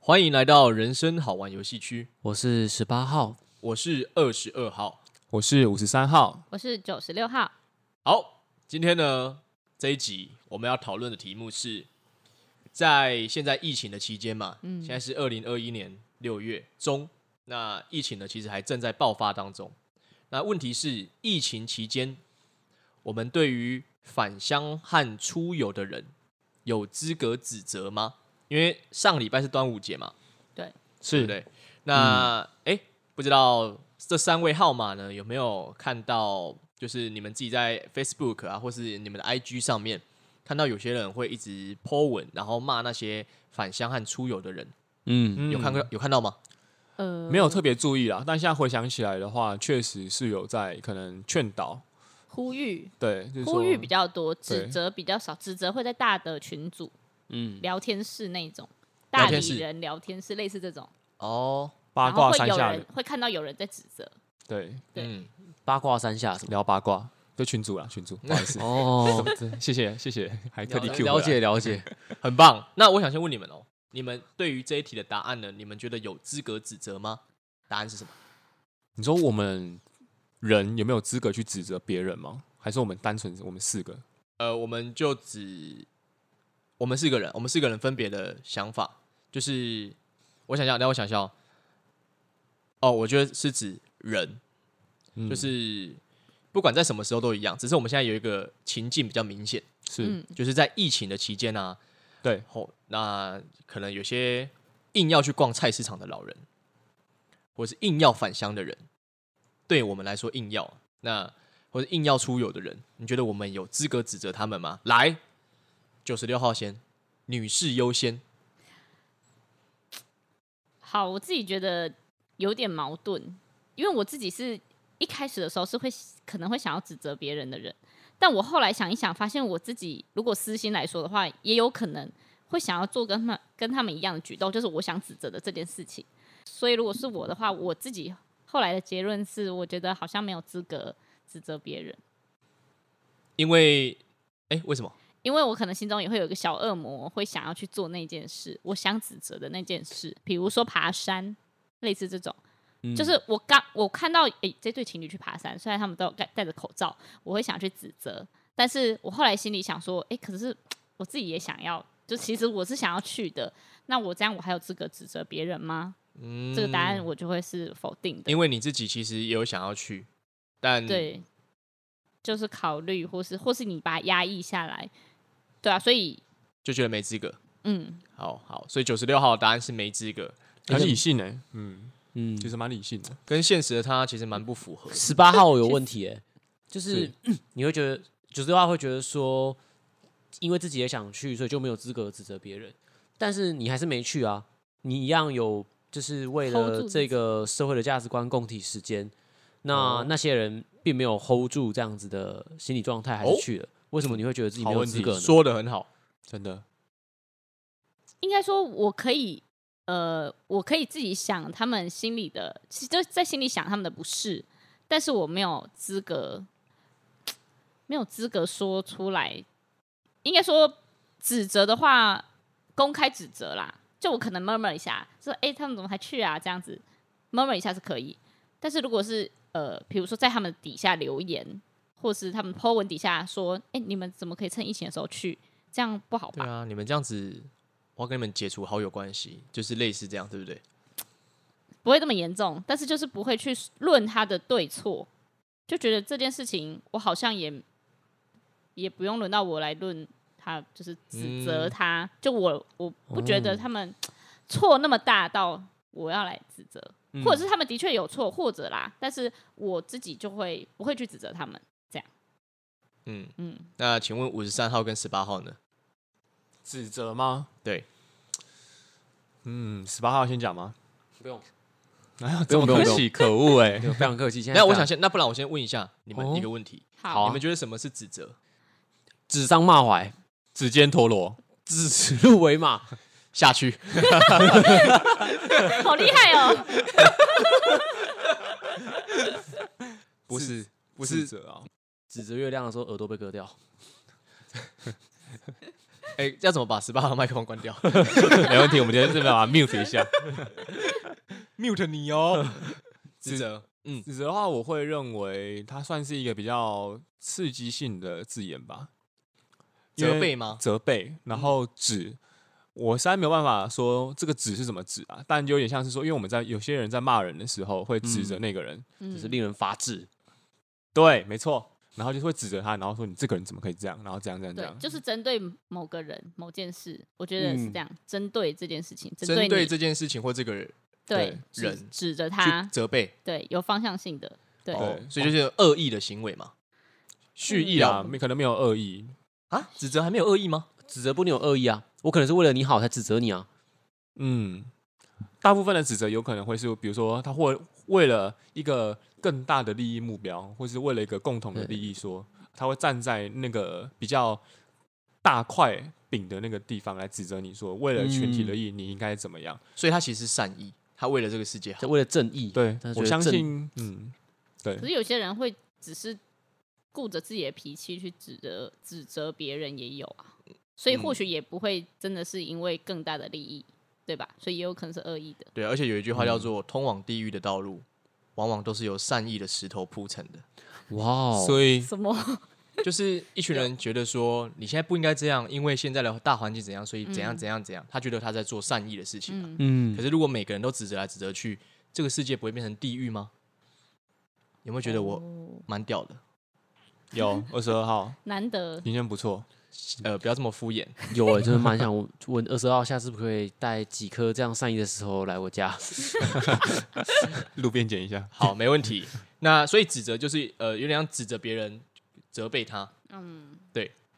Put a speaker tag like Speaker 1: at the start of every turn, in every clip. Speaker 1: 欢迎来到人生好玩游戏区，
Speaker 2: 我是十八号，
Speaker 1: 我是二十二号。
Speaker 3: 我是五十三号，
Speaker 4: 我是九十六号，
Speaker 1: 好，今天呢这一集我们要讨论的题目是在现在疫情的期间嘛，
Speaker 4: 嗯
Speaker 1: 现在是二零二一年六月中，那疫情呢其实还正在爆发当中。那问题是，疫情期间我们对于返乡和出游的人有资格指责吗？因为上礼拜是端午节嘛，对不
Speaker 3: 是嗯
Speaker 1: 对？那哎、诶不知道这三位号码呢有没有看到，就是你们自己在 Facebook 啊，或是你们的 IG 上面看到有些人会一直 po 文，然后骂那些返乡和出游的人，
Speaker 2: 嗯，
Speaker 1: 有看过有看到吗？
Speaker 4: 呃，
Speaker 3: 没有特别注意啦，但现在回想起来的话，确实是有在可能劝导，
Speaker 4: 呼吁，
Speaker 3: 对，就是说
Speaker 4: 呼吁比较多，指
Speaker 3: 对
Speaker 4: 责比较少，指责会在大的群组，
Speaker 2: 嗯，
Speaker 4: 聊天室那种，
Speaker 1: 聊
Speaker 4: 大
Speaker 1: 天
Speaker 4: 理
Speaker 1: 室
Speaker 4: 人聊天室类似这种，
Speaker 1: 哦，
Speaker 3: 八
Speaker 4: 然后
Speaker 3: 卦
Speaker 4: 会
Speaker 3: 山
Speaker 4: 有
Speaker 3: 下
Speaker 4: 人
Speaker 3: 人，
Speaker 4: 会看到有人在指责，
Speaker 3: 对，
Speaker 4: 对
Speaker 1: 嗯，
Speaker 2: 八卦山下什么？
Speaker 3: 聊八卦，就群主啦，群主，不好意思，
Speaker 2: 哦，
Speaker 3: 对谢谢谢谢，还特地 Q
Speaker 2: 了解
Speaker 3: 回来，
Speaker 2: 了解，
Speaker 1: 很棒。那我想先问你们哦，你们对于这一题的答案呢，你们觉得有资格指责吗？答案是什么？
Speaker 3: 你说我们人有没有资格去指责别人吗？还是我们单纯我们四个？
Speaker 1: 呃，我们就只我们四个人，我们四个人分别的想法，就是我想想，让我想想哦，哦，我觉得是指人，
Speaker 3: 嗯
Speaker 1: 就是不管在什么时候都一样，只是我们现在有一个情境比较明显，
Speaker 3: 是，
Speaker 4: 嗯
Speaker 1: 就是在疫情的期间啊，
Speaker 3: 对，
Speaker 1: 后那可能有些硬要去逛菜市场的老人，或是硬要返乡的人，对我们来说硬要那或者硬要出游的人，你觉得我们有资格指责他们吗？来，九十六号先，女士优先，
Speaker 4: 好，我自己觉得有点矛盾，因为我自己是一开始的时候是会可能会想要指责别人的人，但我后来想一想，发现我自己如果私心来说的话，也有可能会想要做跟他们跟他们一样的举动，就是我想指责的这件事情。所以如果是我的话，我自己后来的结论是，我觉得好像没有资格指责别人，
Speaker 1: 因为哎、为什么？
Speaker 4: 因为我可能心中也会有一个小恶魔，会想要去做那件事，我想指责的那件事，比如说爬山，类似这种。
Speaker 2: 嗯
Speaker 4: 就是我刚我看到诶、这对情侣去爬山，虽然他们都有戴戴着口罩，我会想去指责，但是我后来心里想说，诶、可是我自己也想要，就其实我是想要去的，那我这样我还有资格指责别人吗？
Speaker 1: 嗯
Speaker 4: 这个答案我就会是否定的，
Speaker 1: 因为你自己其实也有想要去，但
Speaker 4: 对，就是考虑或是或是你把它压抑下来，对啊，所以
Speaker 1: 就觉得没资格。
Speaker 4: 嗯，
Speaker 1: 好好，所以九十六号的答案是没资格，
Speaker 3: 很理性诶，嗯，
Speaker 2: 嗯，
Speaker 3: 其实蛮理性的，
Speaker 1: 跟现实的他其实蛮不符合的。
Speaker 2: 十八号有问题哎、 就是 你会觉得九十六号会觉得说，因为自己也想去，所以就没有资格指责别人，但是你还是没去啊，你一样有就是为
Speaker 4: Hold 住
Speaker 2: 了
Speaker 4: 自己
Speaker 2: 这个社会的价值观共体时间，那
Speaker 1: 哦
Speaker 2: 那些人并没有 hold 住这样子的心理状态，还
Speaker 1: 哦
Speaker 2: 是去了。为什么你会觉得自己没有资格呢？
Speaker 1: 说的很好，
Speaker 3: 真的，
Speaker 4: 应该说我可以，呃，我可以自己想他们心里的，其实就在心里想他们的不是，但是我没有资格，没有资格说出来。应该说指责的话，公开指责啦，就我可能 murmur 一下，说诶，他们怎么还去啊？这样子 murmur 一下是可以，但是如果是呃，比如说在他们底下留言，或是他们 po 文底下说，诶，你们怎么可以趁疫情的时候去？这样不好
Speaker 1: 对
Speaker 4: 吧？
Speaker 1: 啊，你们这样子，我要跟你们解除好友关系，就是类似这样，对不对？
Speaker 4: 不会那么严重，但是就是不会去论他的对错，就觉得这件事情我好像也也不用轮到我来论他，就是指责他。就我我不觉得他们错那么大到我要来指责，或者是他们的确有错，或者啦，但是我自己就会不会去指责他们。
Speaker 1: 嗯，
Speaker 4: 嗯，
Speaker 1: 那请问五十三号跟十八号呢？
Speaker 3: 指责吗？
Speaker 1: 对，
Speaker 3: 嗯，十八号先 讲吗？
Speaker 2: 不用，
Speaker 3: 哎呀，
Speaker 2: 不用
Speaker 3: 这么
Speaker 2: 不
Speaker 3: 客
Speaker 2: 用
Speaker 3: 气，可恶哎，
Speaker 2: 非常客气。现在
Speaker 1: 那我
Speaker 2: 这
Speaker 1: 想
Speaker 2: 样
Speaker 1: 先，那不然我先问一下你们
Speaker 2: 哦
Speaker 1: 一个问题：
Speaker 4: 好，
Speaker 1: 你们觉得什么是指责？
Speaker 2: 指桑骂槐，
Speaker 3: 指尖陀螺，
Speaker 2: 指鹿为马，
Speaker 1: 下去，
Speaker 4: 好厉害哦！
Speaker 3: 不是不是指责啊，
Speaker 2: 指着月亮的时候耳朵被割掉。
Speaker 1: 哎、要怎么把十八号麦克风关掉
Speaker 3: 没问题，我们今天是不是把它 mute 一下？
Speaker 1: ？mute 你哦， 指责。嗯，
Speaker 3: 指责的话，我会认为它算是一个比较刺激性的字眼吧，因为
Speaker 1: 责备吗？
Speaker 3: 责备，然后指。我实在没有办法说这个指是怎么指啊，但就有点像是说，因为我们在有些人在骂人的时候会指责那个人，
Speaker 2: 只是
Speaker 4: 嗯，
Speaker 2: 令人发指。
Speaker 3: 对，没错，然后就会指责他，然后说你这个人怎么可以这样，然后这样这样这
Speaker 4: 对
Speaker 3: 样，，
Speaker 4: 就是针对某个人、某件事，我觉得是
Speaker 2: 嗯
Speaker 4: 这样，针对这件事情，针
Speaker 1: 针
Speaker 4: 对
Speaker 1: 对
Speaker 4: 你，
Speaker 1: 这件事情或这个人
Speaker 4: 对
Speaker 1: 对
Speaker 4: 指
Speaker 1: 人
Speaker 4: 指着
Speaker 1: 去
Speaker 4: 他，
Speaker 1: 责备，
Speaker 4: 对，有方向性的，对，
Speaker 1: 哦
Speaker 3: 对，
Speaker 1: 所以就是恶意的行为嘛。
Speaker 4: 嗯
Speaker 1: 蓄意
Speaker 3: 对啊，
Speaker 1: 啊
Speaker 3: 没可能没有恶意，
Speaker 1: 啊！指责还没有恶意吗？
Speaker 2: 指责不能有恶意啊，我可能是为了你好才指责你啊。
Speaker 3: 嗯，大部分的指责有可能会是，比如说他或为了一个更大的利益目标，或是为了一个共同的利益说，他会站在那个比较大块饼的那个地方来指责你说，为了群体的利益，你应该怎么样？
Speaker 1: 所以他其实是善意，他为了这个世界好
Speaker 2: 就。为了正义，
Speaker 3: 对
Speaker 2: 他觉得
Speaker 3: 我相
Speaker 2: 正
Speaker 3: 信，嗯，对
Speaker 4: 可，是有些人会只是顾着自己的脾气去指责指责别人，也有啊，所以
Speaker 1: 嗯
Speaker 4: 或许也不会真的是因为更大的利益，对吧？所以也有可能是恶意的。
Speaker 1: 对，而且有一句
Speaker 4: 嗯
Speaker 1: 话叫做“通往地狱的道路，往往都是由善意的石头铺成 的”。
Speaker 2: 哇哦，
Speaker 3: 所 以
Speaker 4: 什么？
Speaker 1: 就是一群人觉得说你现在不应该这样，因为现在的大环境怎样，所以怎样
Speaker 4: 嗯
Speaker 1: 怎样怎样。他觉得他在做善意的事情啊、
Speaker 4: 嗯，
Speaker 2: 嗯
Speaker 1: 可，是如果每个人都指责来指责去，这个世界不会变成地狱吗？有没有觉得我
Speaker 4: 哦
Speaker 1: 蛮屌的？
Speaker 3: 有二十二号，
Speaker 4: 难得
Speaker 3: 今天不错，
Speaker 1: 呃，不要这么敷衍。
Speaker 2: 有哎、真的蛮想问二十号，下次可不可以带几颗这样善意的石头来我家？
Speaker 3: 路边捡一下，
Speaker 1: 好，没问题。那所以指责就是呃，有点像指责别人，责备他。
Speaker 4: 嗯，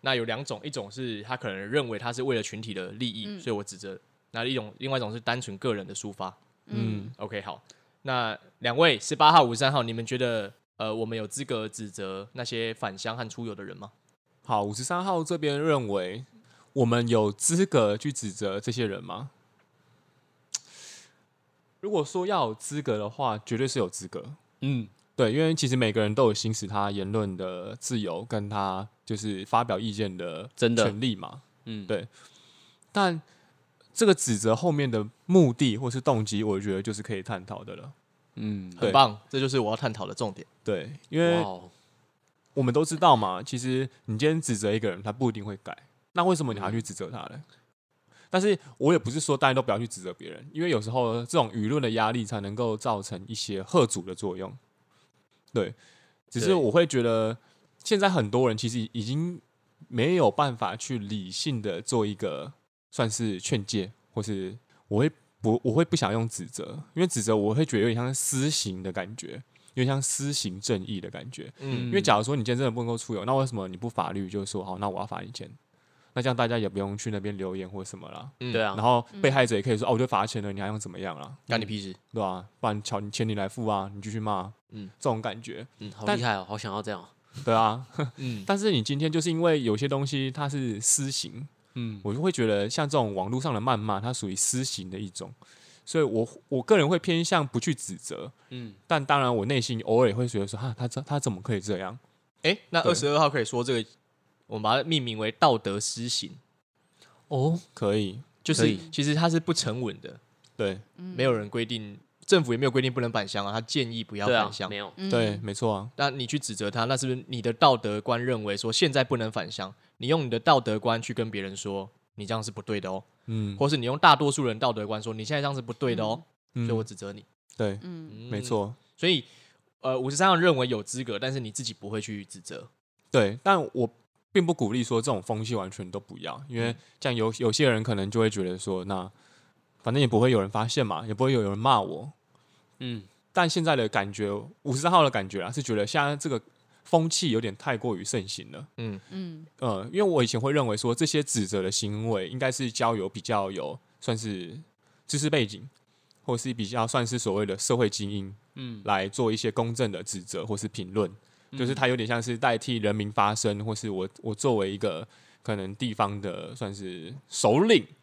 Speaker 1: 那有两种，一种是他可能认为他是为了群体的利益，
Speaker 4: 嗯
Speaker 1: 所以我指责；那一种另外一种是单纯个人的抒发。
Speaker 4: 嗯，
Speaker 1: OK，好，那两位十八号、五十三号，你们觉得呃，我们有资格指责那些返乡和出游的人吗？
Speaker 3: 好，五十三号这边认为我们有资格去指责这些人吗？如果说要有资格的话，绝对是有资格。
Speaker 2: 嗯，
Speaker 3: 对，因为其实每个人都有行使他言论的自由，跟他就是发表意见的
Speaker 2: 真的
Speaker 3: 权利嘛。
Speaker 2: 嗯
Speaker 3: 对。但这个指责后面的目的或是动机，我觉得就是可以探讨的了。
Speaker 2: 嗯，
Speaker 1: 很
Speaker 3: 对
Speaker 1: 棒，这就是我要探讨的重点。
Speaker 3: 对，因
Speaker 2: 哇
Speaker 3: 为
Speaker 2: 哦，
Speaker 3: 我们都知道嘛，其实你今天指责一个人，他不一定会改，那为什么你还要去指责他呢？但是我也不是说大家都不要去指责别人，因为有时候这种舆论的压力才能够造成一些贺阻的作用。对，只是
Speaker 1: 对
Speaker 3: 我会觉得现在很多人其实已经没有办法去理性的做一个算是劝诫，或是我会不我会不想用指责，因为指责我会觉得有点像是私刑的感觉，有点像私刑正义的感觉。
Speaker 1: 嗯
Speaker 3: 因为假如说你今天真的不能够出游，那为什么你不法律就说好，那我要罚你钱？那这样大家也不用去那边留言或什么啦。
Speaker 1: 嗯
Speaker 2: 对，啊
Speaker 3: 然，后被害者也可以说、哦，我就罚钱了，你还想怎么样啦？
Speaker 1: 干你屁事！
Speaker 3: 对吧、啊不然瞧你钱你来付啊，你继续骂，
Speaker 1: 嗯
Speaker 3: 嗯，这种感觉，
Speaker 2: 嗯，好
Speaker 3: 但
Speaker 2: 厉害哦，好想要这样哦，
Speaker 3: 对啊。
Speaker 1: 嗯，
Speaker 3: 但是你今天就是因为有些东西它是私刑，
Speaker 2: 嗯，
Speaker 3: 我就会觉得像这种网络上的谩骂，它属于私刑的一种，所以我我个人会偏向不去指责，
Speaker 2: 嗯
Speaker 3: 嗯，但当然我内心偶尔也会觉得说，哈，他这他怎么可以这样？
Speaker 1: 哎，那
Speaker 3: 对
Speaker 1: 二十二号可以说这个，我们把它命名为道德失行，
Speaker 2: 哦，
Speaker 3: 可以，
Speaker 1: 就是
Speaker 2: 可以
Speaker 1: 其实它是不成文的，
Speaker 3: 对、
Speaker 4: 嗯
Speaker 1: 没有人规定，政府也没有规定不能返乡啊，他建议不要
Speaker 2: 对啊
Speaker 1: 返，乡
Speaker 2: 没。有，
Speaker 4: 嗯
Speaker 3: 对，，没错啊，
Speaker 1: 那你去指责他，那是不是你的道德观认为说现在不能返乡？你用你的道德观去跟别人说你这样是不对的哦，
Speaker 3: 嗯，
Speaker 1: 或是你用大多数人道德观说你现在这样是不对的哦，
Speaker 3: 嗯
Speaker 1: 所以我指责你。
Speaker 3: 对，
Speaker 4: 嗯，
Speaker 3: 没错，
Speaker 1: 所以呃，五十三号认为有资格，但是你自己不会去指责。
Speaker 3: 对，但我并不鼓励说这种风气完全都不要，因为这样有有些人可能就会觉得说，那反正也不会有人发现嘛，也不会有人骂我。
Speaker 2: 嗯，
Speaker 3: 但现在的感觉，五十三号的感觉啊，是觉得现在这个风气有点太过于盛行了。
Speaker 1: 嗯，
Speaker 4: 嗯，
Speaker 3: 呃，因为我以前会认为说这些指责的行为应该是交由比较有算是知识背景，或是比较算是所谓的社会精英，嗯，来做一些公正的指责或是评论，就是它有点像是代替人民发声，或是我我作为一个可能地方的算是首领，嗯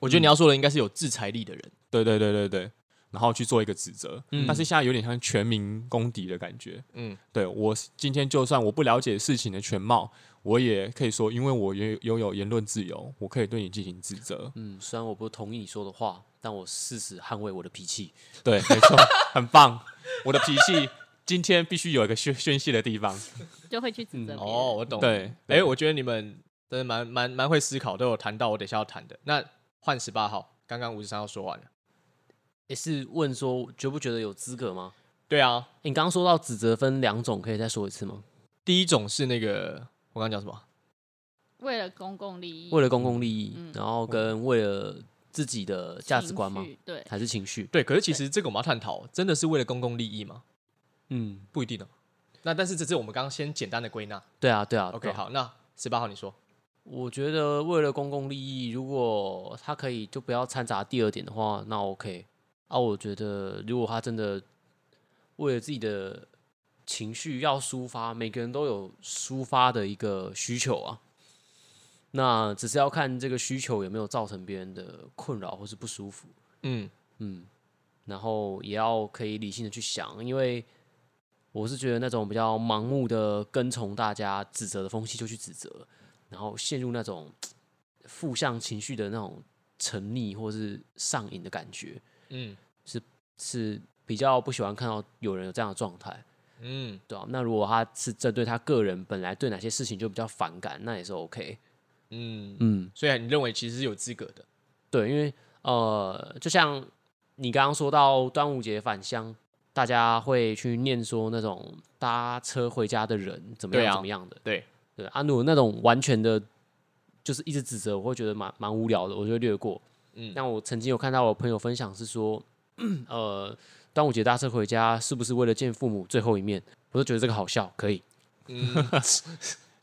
Speaker 1: 我觉得你要说的应该是有制裁力的人。
Speaker 3: 对对对对对，然后去做一个指责，
Speaker 2: 嗯
Speaker 3: 但是现在有点像全民公敌的感觉，
Speaker 1: 嗯
Speaker 3: 对我今天就算我不了解事情的全貌，我也可以说，因为我也拥有言论自由，我可以对你进行指责。
Speaker 2: 嗯，虽然我不同意你说的话，但我誓死捍卫我的脾气。
Speaker 3: 对，没错，很棒。我的脾气今天必须有一个宣宣泄的地方。
Speaker 4: 嗯就会去指责别人。
Speaker 1: 哦，我懂。，
Speaker 3: 对，
Speaker 1: 哎、
Speaker 3: 哎，我
Speaker 1: 我觉得你们真的蛮蛮蛮会思考，都有谈到我等一下要谈的。那换十八号，刚刚五十三号说完了。
Speaker 2: 也是问说觉不觉得有资格吗？
Speaker 1: 对啊，
Speaker 2: 诶你刚刚说到指责分两种，可以再说一次吗？
Speaker 1: 第一种是那个我刚刚讲什么？
Speaker 4: 为了公共利益，
Speaker 2: 为
Speaker 4: 了
Speaker 2: 了公共利益，
Speaker 4: 嗯
Speaker 2: 然后跟为了自己的价值观吗？？
Speaker 4: 对，
Speaker 2: 还是情绪？
Speaker 1: 对，可是其实这个我们要探讨，真的是为了公共利益吗？
Speaker 2: 嗯，
Speaker 1: 不一定哦。那但是这是我们刚刚先简单的归纳。
Speaker 2: 对啊，对啊。对
Speaker 1: OK，
Speaker 2: 啊，
Speaker 1: 好，那十八号你说，
Speaker 2: 我觉得为了公共利益，如果他可以就不要掺杂第二点的话，那 OK。啊，我觉得如果他真的为了自己的情绪要抒发，每个人都有抒发的一个需求啊。那只是要看这个需求有没有造成别人的困扰或是不舒服。
Speaker 1: 嗯，
Speaker 2: 嗯，然后也要可以理性的去想，因为我是觉得那种比较盲目的跟从大家指责的风气就去指责，然后陷入那种负向情绪的那种沉溺或是上瘾的感觉，
Speaker 1: 嗯
Speaker 2: 是比较不喜欢看到有人有这样的状态，
Speaker 1: 嗯，
Speaker 2: 对啊，那如果他是针对他个人本来对哪些事情就比较反感，那也是 OK。
Speaker 1: 嗯，
Speaker 2: 嗯，
Speaker 1: 所以你认为其实是有资格的，
Speaker 2: 对，因为呃，就像你刚刚说到端午节返乡，大家会去念说那种搭车回家的人怎么
Speaker 1: 对
Speaker 2: 样
Speaker 1: 啊
Speaker 2: 怎么样的，
Speaker 1: 对
Speaker 2: 对啊，如果那种完全的，就是一直指责，我会觉得蛮蛮无聊的，我就会略过。
Speaker 1: 嗯
Speaker 2: 那我曾经有看到我朋友分享是说， 呃，端午节搭车回家是不是为了见父母最后一面？我就觉得这个好笑，可以，
Speaker 1: 嗯，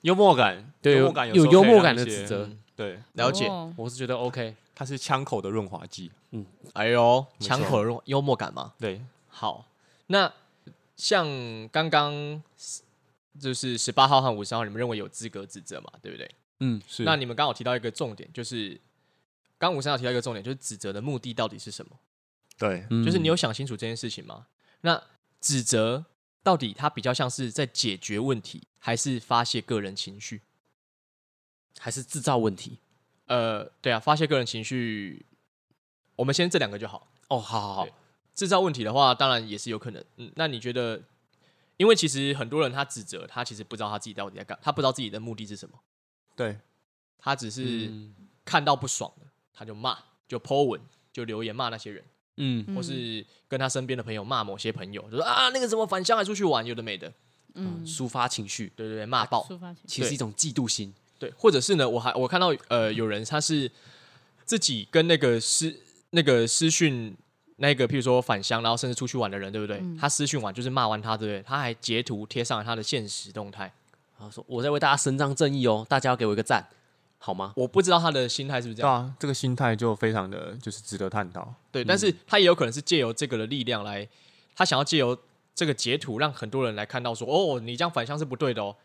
Speaker 3: 幽默感，
Speaker 2: 对，
Speaker 3: 幽
Speaker 2: 有
Speaker 3: 默感
Speaker 2: 有
Speaker 3: 时候
Speaker 2: 幽
Speaker 3: 可以
Speaker 2: 默
Speaker 3: 让
Speaker 2: 感
Speaker 3: 一
Speaker 2: 的
Speaker 3: 些
Speaker 2: 指责，
Speaker 1: 嗯
Speaker 2: 嗯
Speaker 3: 对，
Speaker 1: 了解。
Speaker 4: 哦
Speaker 2: 我是觉得 OK。
Speaker 3: 它是枪口的润滑剂。
Speaker 1: 哎呦，
Speaker 3: 没
Speaker 1: 枪
Speaker 3: 错
Speaker 1: 口幽幽默感嘛。
Speaker 3: 对，
Speaker 1: 好，那像刚刚就是十八号和五十号，你们认为有资格指责嘛？对不对？
Speaker 2: 嗯，
Speaker 3: 是
Speaker 1: 那你们刚好提到一个重点，就是刚五十号提到一个重点，就是指责的目的到底是什么？
Speaker 3: 对，
Speaker 1: 就是
Speaker 2: 嗯
Speaker 1: 你有想清楚这件事情吗？那指责到底它比较像是在解决问题，还是发泄个人情绪？
Speaker 2: 还是制造问题
Speaker 1: 呃，对啊，发泄个人情绪，我们先这两个就好。
Speaker 2: 哦，好好好
Speaker 1: 对，制造问题的话，当然也是有可能。嗯，那你觉得？因为其实很多人他指责他，其实不知道他自己到底在干，他不知道自己的目的是什么，
Speaker 3: 对，
Speaker 1: 他只是
Speaker 2: 嗯
Speaker 1: 看到不爽的，他就骂，就 po 文，就留言骂那些人，
Speaker 2: 嗯
Speaker 1: 或是跟他身边的朋友骂某些朋友，就说啊那个什么返乡还出去玩，有的没的，
Speaker 4: 嗯，
Speaker 2: 抒发情绪，
Speaker 1: 对对对，骂爆，
Speaker 4: 抒发情绪，
Speaker 2: 其实是一种嫉妒心。
Speaker 1: 对，或者是呢，我还我看到呃有人他是自己跟那个私那个私讯那个，譬如说返乡，然后甚至出去玩的人，对不对？
Speaker 4: 嗯
Speaker 1: 他私讯完就是骂完他，对不对？他还截图贴上了他的现实动态，
Speaker 2: 然后说我在为大家伸张正义哦，大家要给我一个赞，好吗？
Speaker 1: 我不知道他的心态是不是这
Speaker 3: 对
Speaker 1: 样，
Speaker 3: 啊，这个心态就非常的就是值得探讨。
Speaker 1: 对，但是他也有可能是借由这个的力量来，他想要借由这个截图让很多人来看到说，哦，你这样返乡是不对的哦。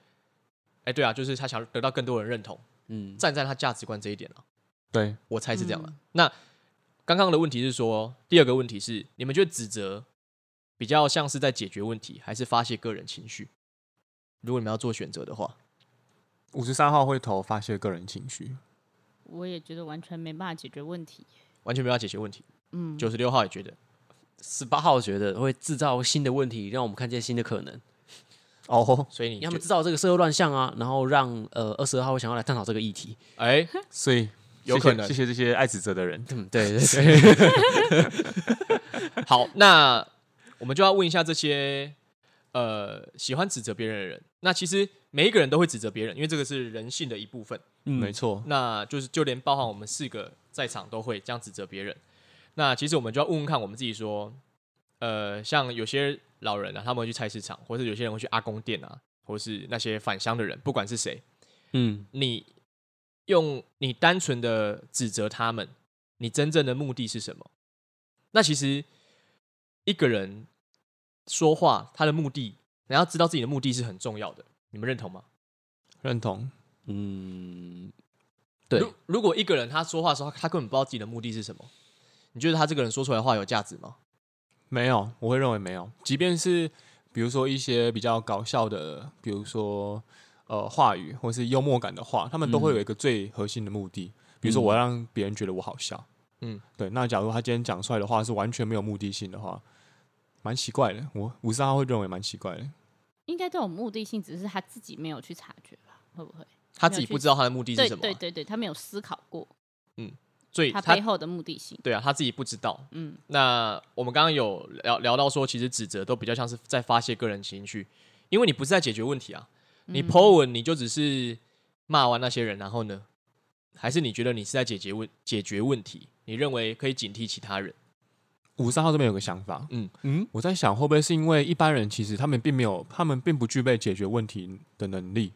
Speaker 1: 哎，对啊，就是他想要得到更多人认同，
Speaker 2: 嗯，
Speaker 1: 站在他价值观这一点啊。
Speaker 3: 对，
Speaker 1: 我猜是这样的。
Speaker 4: 嗯
Speaker 1: 那刚刚的问题是说，第二个问题是，你们觉得指责比较像是在解决问题，还是发泄个人情绪？如果你们要做选择的话，
Speaker 3: 五十三号会投发泄个人情绪，
Speaker 4: 嗯我也觉得完全没办法解决问题。
Speaker 1: 完全没有要解决问题。
Speaker 4: 嗯，
Speaker 1: 九十六号也觉得，
Speaker 2: 十八号觉得会制造新的问题，让我们看见新的可能，
Speaker 3: 哦，
Speaker 1: 所以你
Speaker 2: 因为他们
Speaker 1: 觉
Speaker 2: 制造这个社会乱象啊，然后让呃二十二号会想要来探讨这个议题。
Speaker 1: 哎，
Speaker 3: 所以
Speaker 1: 有可能
Speaker 3: 谢谢谢谢这些爱指责的人。
Speaker 2: 嗯，对 对对，
Speaker 1: 好，那我们就要问一下这些呃喜欢指责别人的人。那其实每一个人都会指责别人，因为这个是人性的一部分。
Speaker 2: 嗯
Speaker 3: 没错，
Speaker 1: 那就是就连包含我们四个在场都会这样指责别人。那其实我们就要问问看我们自己说，呃，像有些老人啊，他们会去菜市场，或是有些人会去阿公店啊，或是那些返乡的人，不管是谁，
Speaker 2: 嗯，
Speaker 1: 你用你单纯的指责他们，你真正的目的是什么？那其实一个人说话，他的目的，你要知道自己的目的是很重要的，你们认同吗？
Speaker 3: 认同。
Speaker 2: 嗯，对
Speaker 1: 如如果一个人他说话的时候，他根本不知道自己的目的是什么，你觉得他这个人说出来的话有价值吗？
Speaker 3: 没有，我会认为没有。即便是比如说一些比较搞笑的，比如说呃话语或是幽默感的话，他们都会有一个最核心的目的，比如说我要让别人觉得我好笑，
Speaker 1: 嗯，
Speaker 3: 对。那假如他今天讲出来的话是完全没有目的性的话，蛮奇怪的，我五十号会认为蛮奇怪的。
Speaker 4: 应该都有目的性，只是他自己没有去察觉吧？会不会？
Speaker 1: 他自己不知道他的目的是
Speaker 4: 对
Speaker 1: 什么
Speaker 4: 对
Speaker 1: 啊，
Speaker 4: 对对，他没有思考过
Speaker 1: 所以
Speaker 4: 他
Speaker 1: 他
Speaker 4: 背后的目的性。
Speaker 1: 对啊，他自己不知道。
Speaker 4: 嗯，
Speaker 1: 那我们刚刚有聊聊到说，其实指责都比较像是在发泄个人情绪，因为你不是在解决问题啊。
Speaker 4: 嗯
Speaker 1: 你 Po 文你就只是骂完那些人，然后呢，还是你觉得你是在解决问解决问题？你认为可以警惕其他人？
Speaker 3: 五十号这边有个想法，
Speaker 1: 嗯
Speaker 3: 嗯，我在想会不会是因为一般人其实他们并没有，他们并不具备解决问题的能力，因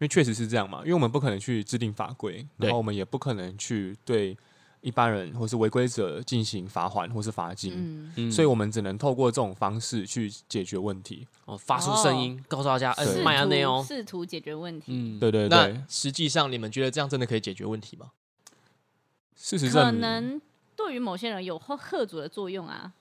Speaker 3: 为确实是这样嘛，因为我们不可能去制定法规，
Speaker 1: 对
Speaker 3: 然后我们也不可能去对一般人或是违规者进行罚款或是罚金，
Speaker 4: 嗯，
Speaker 2: 嗯
Speaker 3: 所以我们只能透过这种方式去解决问题。
Speaker 2: 哦，发出声音，告诉大家，
Speaker 3: 是
Speaker 2: 嗯，
Speaker 4: 试
Speaker 2: 麦亚内
Speaker 4: 图
Speaker 2: 哦，
Speaker 4: 试图解决问题，
Speaker 2: 嗯，
Speaker 3: 对对对
Speaker 1: 那，实际上你们觉得这样真的可以解决问题吗？
Speaker 3: 事
Speaker 1: 嗯
Speaker 3: 实
Speaker 4: 可
Speaker 3: 证明，
Speaker 4: 能对于某些人有赫赫阻的作用啊，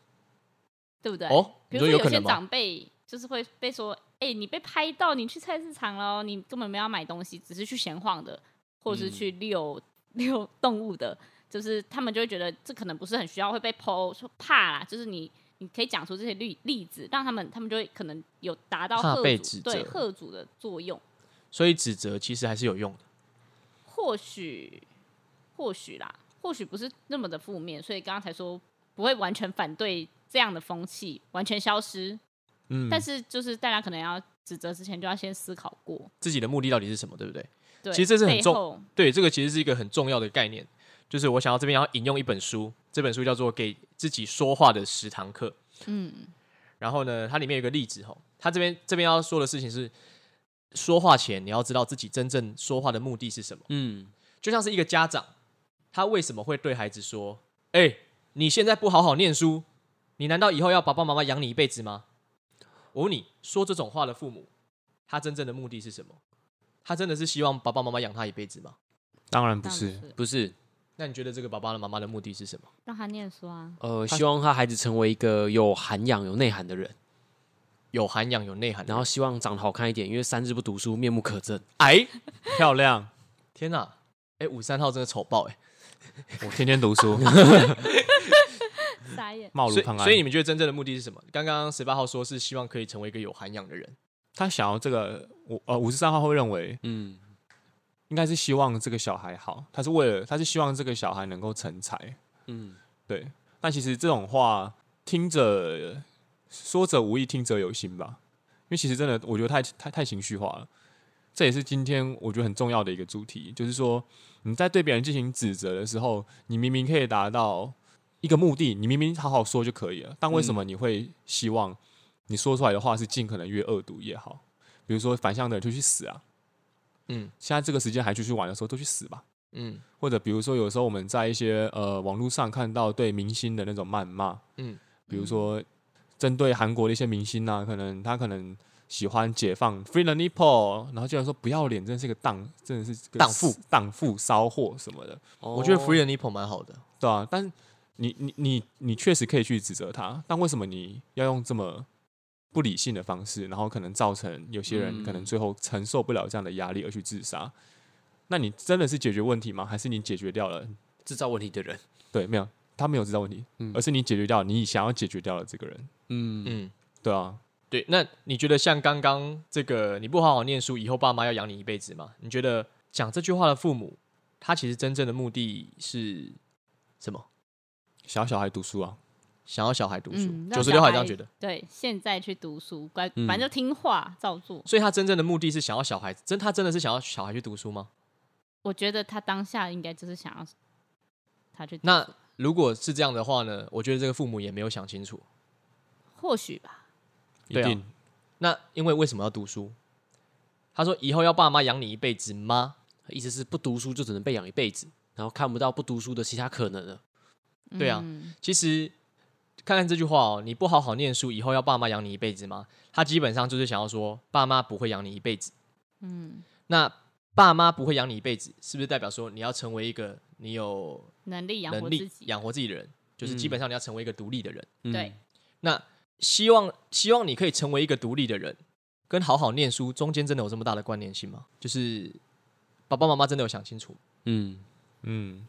Speaker 4: 对不对？
Speaker 1: 哦，
Speaker 4: 比
Speaker 1: 你
Speaker 4: 如
Speaker 1: 说
Speaker 4: 说
Speaker 1: 有可
Speaker 4: 些
Speaker 1: 能吗？
Speaker 4: 长辈就是会被说，哎、你被拍到，你去菜市场喽，你根本没有要买东西，只是去闲晃的，或
Speaker 1: 嗯
Speaker 4: 者是去遛、遛动物的，就是他们就会觉得这可能不是很需要，会被剖说怕啦，就是你。你可以讲出这些例例子，让他们他们就会可能有达到
Speaker 1: 怕
Speaker 4: 贺
Speaker 1: 被
Speaker 4: 主
Speaker 1: 指
Speaker 4: 对
Speaker 1: 责
Speaker 4: 贺主的作用，
Speaker 1: 所以指责其实还是有用的。
Speaker 4: 或许或许啦，或许不是那么的负面，所以刚刚才说不会完全反对这样的风气完全消失，
Speaker 3: 嗯，
Speaker 4: 但是就是大家可能要指责之前就要先思考过，
Speaker 1: 自己的目的到底是什么，对不对？
Speaker 4: 对，
Speaker 1: 其实这是很
Speaker 4: 背
Speaker 1: 重
Speaker 4: 后
Speaker 1: 对，这个其实是一个很重要的概念，就是我想要这边要引用一本书，这本书叫做《给自己说话的十堂课》。
Speaker 4: 嗯，
Speaker 1: 然后呢，它里面有一个例子吼，它这边这边要说的事情是，说话前你要知道自己真正说话的目的是什么。
Speaker 2: 嗯，
Speaker 1: 就像是一个家长，他为什么会对孩子说：“哎、你现在不好好念书，你难道以后要爸爸妈妈养你一辈子吗？”我问你，说这种话的父母，他真正的目的是什么？他真的是希望爸爸妈妈养他一辈子吗？
Speaker 3: 当然不
Speaker 4: 这样
Speaker 3: 是，
Speaker 4: 子
Speaker 2: 不是，
Speaker 1: 那你觉得这个爸爸的妈妈的目的是什么？
Speaker 4: 让他念书啊，
Speaker 2: 呃，希望他孩子成为一个有涵养、有内涵的人，
Speaker 1: 有涵养、有内涵的人。
Speaker 2: 然后希望长得好看一点，因为三日不读书，面目可憎。
Speaker 1: 哎，
Speaker 3: 漂亮，
Speaker 1: 天哪、哎，五三号真的丑爆哎、
Speaker 3: 我天天读 书，
Speaker 4: 傻眼，
Speaker 3: 貌如
Speaker 1: 所以
Speaker 3: 潘安。
Speaker 1: 所以你们觉得真正的目的是什么？刚刚十八号说是希望可以成为一个有涵养的人，
Speaker 3: 他想要这个，我呃五十三号会认为
Speaker 2: 嗯，
Speaker 3: 应该是希望这个小孩好，他是为了他是希望这个小孩能够成才，
Speaker 2: 嗯，
Speaker 3: 对。但其实这种话听着说者无意，听者有心吧，因为其实真的我觉得太太太情绪化了。这也是今天我觉得很重要的一个主题，就是说你在对别人进行指责的时候，你明明可以达到一个目的，你明明好好说就可以了，但为
Speaker 2: 嗯
Speaker 3: 什么你会希望你说出来的话是尽可能越恶毒也好？比如说反向的人就去死啊，
Speaker 1: 嗯
Speaker 3: 现在这个时间还继续玩的时候，都去死吧。
Speaker 1: 嗯，
Speaker 3: 或者比如说有时候我们在一些呃网络上看到对明星的那种谩骂，
Speaker 1: 嗯
Speaker 3: 嗯，比如说针对韩国的一些明星啊，可能他可能喜欢解放 free the nipple，然后居然说不要脸，真是个荡，真的是个
Speaker 1: 荡妇、
Speaker 3: 荡妇、骚货什么的，
Speaker 1: 我觉得
Speaker 2: 哦
Speaker 1: Free and Nipple 蛮好的，
Speaker 3: 对啊，但你你你你确实可以去指责他，但为什么你要用这么不理性的方式，然后可能造成有些
Speaker 2: 嗯
Speaker 3: 人可能最后承受不了这样的压力而去自杀？那你真的是解决问题吗？还是你解决掉了？
Speaker 2: 制造问题的人，
Speaker 3: 对，没有，他没有知道问题，
Speaker 2: 嗯
Speaker 3: 而是你解决掉你想要解决掉的这个人，
Speaker 2: 嗯，
Speaker 1: 嗯，
Speaker 3: 对啊，
Speaker 1: 对。那你觉得像刚刚这个，你不好好念书，以后爸妈要养你一辈子吗？你觉得讲这句话的父母，他其实真正的目的是什么？
Speaker 3: 想要小孩读书啊，
Speaker 1: 想要小孩读书
Speaker 4: 嗯，
Speaker 1: 九
Speaker 4: 让
Speaker 1: 十
Speaker 4: 小
Speaker 1: 六号也
Speaker 4: 孩
Speaker 1: 这样觉得，
Speaker 4: 对，现在去读书，乖，
Speaker 2: 嗯
Speaker 4: 反正就听话照做。
Speaker 1: 所以他真正的目的是想要小孩，真他真的是想要小孩去读书吗？
Speaker 4: 我觉得他当下应该就是想要他去读
Speaker 1: 那
Speaker 4: 书，
Speaker 1: 如果是这样的话呢？我觉得这个父母也没有想清楚。
Speaker 4: 或许吧，
Speaker 3: 一
Speaker 1: 对啊
Speaker 3: 定，
Speaker 1: 那因为为什么要读书？他说以后要爸妈养你一辈子吗？
Speaker 2: 意思是不读书就只能被养一辈子，然后看不到不读书的其他可能了。
Speaker 1: 对啊
Speaker 4: 嗯
Speaker 1: 其实看看这句话哦，你不好好念书，以后要爸妈养你一辈子吗？他基本上就是想要说，爸妈不会养你一辈子。
Speaker 4: 嗯，
Speaker 1: 那爸妈不会养你一辈子，是不是代表说你要成为一个你有
Speaker 4: 能力养活
Speaker 1: 能
Speaker 4: 自
Speaker 1: 力
Speaker 4: 己，
Speaker 1: 养活自己的人？就是基本上你要成为一个独立的人。
Speaker 2: 嗯
Speaker 4: 对，
Speaker 1: 那希望希望你可以成为一个独立的人，跟好好念书中间真的有这么大的关联性吗？就是爸爸妈妈真的有想清楚吗
Speaker 2: 嗯，
Speaker 3: 嗯，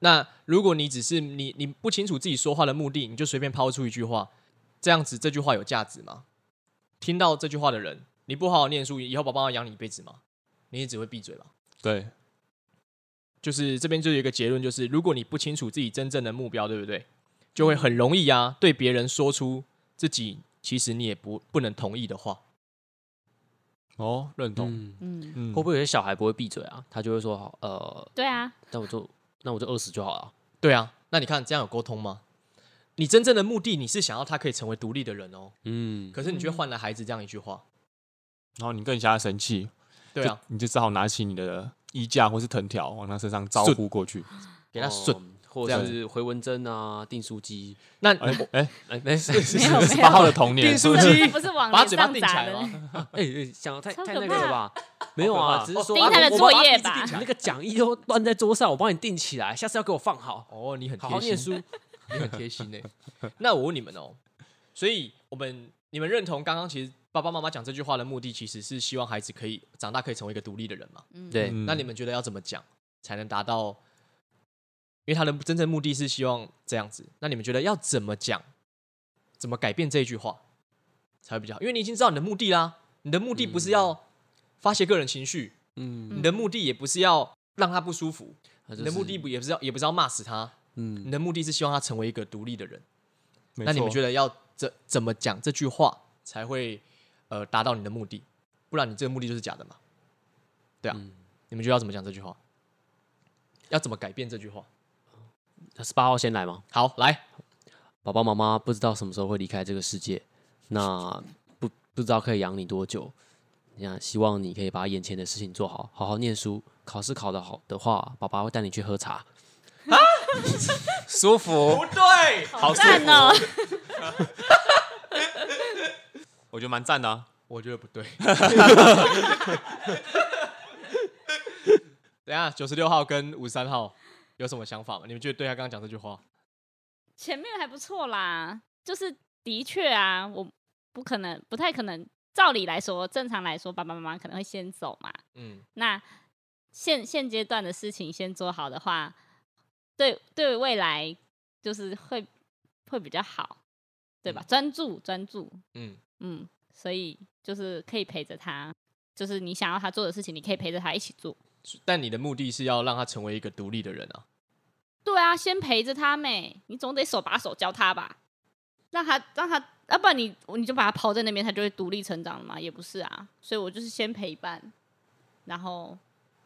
Speaker 1: 那如果你只是你你不清楚自己说话的目的，你就随便抛出一句话，这样子这句话有价值吗？听到这句话的人，你不好好念书，以后爸爸要养你一辈子吗？你也只会闭嘴吧。
Speaker 3: 对，
Speaker 1: 就是这边就有一个结论，就是如果你不清楚自己真正的目标，对不对？就会很容易啊，对别人说出自己其实你也不不能同意的话。
Speaker 3: 哦，认同，
Speaker 2: 嗯
Speaker 4: 嗯，
Speaker 3: 嗯，
Speaker 2: 会不会有些小孩不会闭嘴啊？他就会说好，呃，
Speaker 4: 对啊，
Speaker 2: 那我就那我就饿死就好了。
Speaker 1: 对啊，那你看这样有沟通吗？你真正的目的，你是想要他可以成为独立的人哦，
Speaker 2: 嗯，
Speaker 1: 可是你却换了孩子这样一句话，
Speaker 3: 然后你更加生气，
Speaker 1: 对啊，
Speaker 3: 就，你就只好拿起你的衣架或是藤条往他身上招呼过 去。
Speaker 1: 给他顺。
Speaker 2: 哦，或者是回文针啊、订 书机，
Speaker 1: 那
Speaker 3: 哎哎，
Speaker 2: 哎，没事，
Speaker 4: 没有
Speaker 3: 十
Speaker 4: 没
Speaker 3: 八
Speaker 4: 有
Speaker 3: 号的童年
Speaker 1: 订
Speaker 3: 是
Speaker 1: 书
Speaker 3: 不是
Speaker 1: 机
Speaker 4: 这不是往
Speaker 1: 把
Speaker 4: 脸
Speaker 1: 嘴巴
Speaker 4: 上
Speaker 1: 定起
Speaker 4: 砸
Speaker 1: 来
Speaker 4: 的，
Speaker 1: 吗？
Speaker 2: 哎，哎想得太
Speaker 4: 超
Speaker 2: 太
Speaker 4: 可
Speaker 2: 那个了
Speaker 4: 怕
Speaker 2: 吧？没有
Speaker 1: 好可
Speaker 2: 啊，
Speaker 1: 怕
Speaker 2: 只是说
Speaker 4: 盯
Speaker 2: 啊
Speaker 4: 他
Speaker 2: 我
Speaker 4: 的
Speaker 2: 我
Speaker 4: 作
Speaker 2: 把
Speaker 4: 业
Speaker 1: 一直
Speaker 4: 吧
Speaker 1: 定起
Speaker 2: 你
Speaker 1: 来
Speaker 2: 那个讲义都乱在桌上，我帮你订起来，下次要给我放好，
Speaker 1: 哦，你很
Speaker 2: 好好
Speaker 1: 贴
Speaker 2: 念
Speaker 1: 心，
Speaker 2: 书。
Speaker 1: 你很贴心呢、欸 那我问你们哦，所以我们你们认同刚刚其实爸爸妈妈讲这句话的目的，其实是希望孩子可以长大可以成为一个独立的人嘛？
Speaker 4: 嗯，
Speaker 2: 对
Speaker 3: 嗯
Speaker 1: 那你们觉得要怎么讲才能达到？因为他的真正目的是希望这样子，那你们觉得要怎么讲，怎么改变这句话才会比较好？因为你已经知道你的目的啦，你的目的不是要发泄个人情绪，
Speaker 2: 嗯，
Speaker 1: 你的目的也不是要让他不舒服，
Speaker 2: 那就
Speaker 1: 你的目
Speaker 2: 是
Speaker 1: 的不也不是要也不是要骂死他，
Speaker 2: 嗯
Speaker 1: 你的目的是希望他成为一个独立的人。
Speaker 3: 没
Speaker 1: 那你们
Speaker 3: 错
Speaker 1: 觉得要怎怎么讲这句话才会呃达到你的目的？不然你这个目的就是假的嘛？对啊，你们觉得要怎么讲这句话？要怎么改变这句话？
Speaker 2: 十八号先来吗？
Speaker 1: 好，来，
Speaker 2: 爸爸妈妈不知道什么时候会离开这个世界，那不不知道可以养你多久。那希望你可以把眼前的事情做好，好好念书。考试考得好的话，爸爸会带你去喝茶。
Speaker 3: 舒服，
Speaker 1: 对，
Speaker 3: 好舒
Speaker 4: 赞哦，
Speaker 3: 我觉得蛮赞的啊。
Speaker 1: 我觉得不对。 等一下，九十六号跟五十三号有什么想法吗？你们觉得对他刚刚讲这句话？
Speaker 4: 前面还不错啦，就是的确啊，我不可能，不太可能。照理来说，正常来说，爸爸妈妈可能会先走嘛。
Speaker 1: 嗯，
Speaker 4: 那现现阶段的事情先做好的话，对对未来就是会会比较好，对吧？专注专注，
Speaker 1: 嗯
Speaker 4: 嗯，所以就是可以陪着他，就是你想要他做的事情，你可以陪着他一起做。
Speaker 1: 但你的目的是要让他成为一个独立的人啊。
Speaker 4: 对啊，先陪着他妹，你总得手把手教他吧，让他让他，要、不然你你就把他抛在那边，他就会独立成长了嘛，也不是啊。所以我就是先陪伴，然后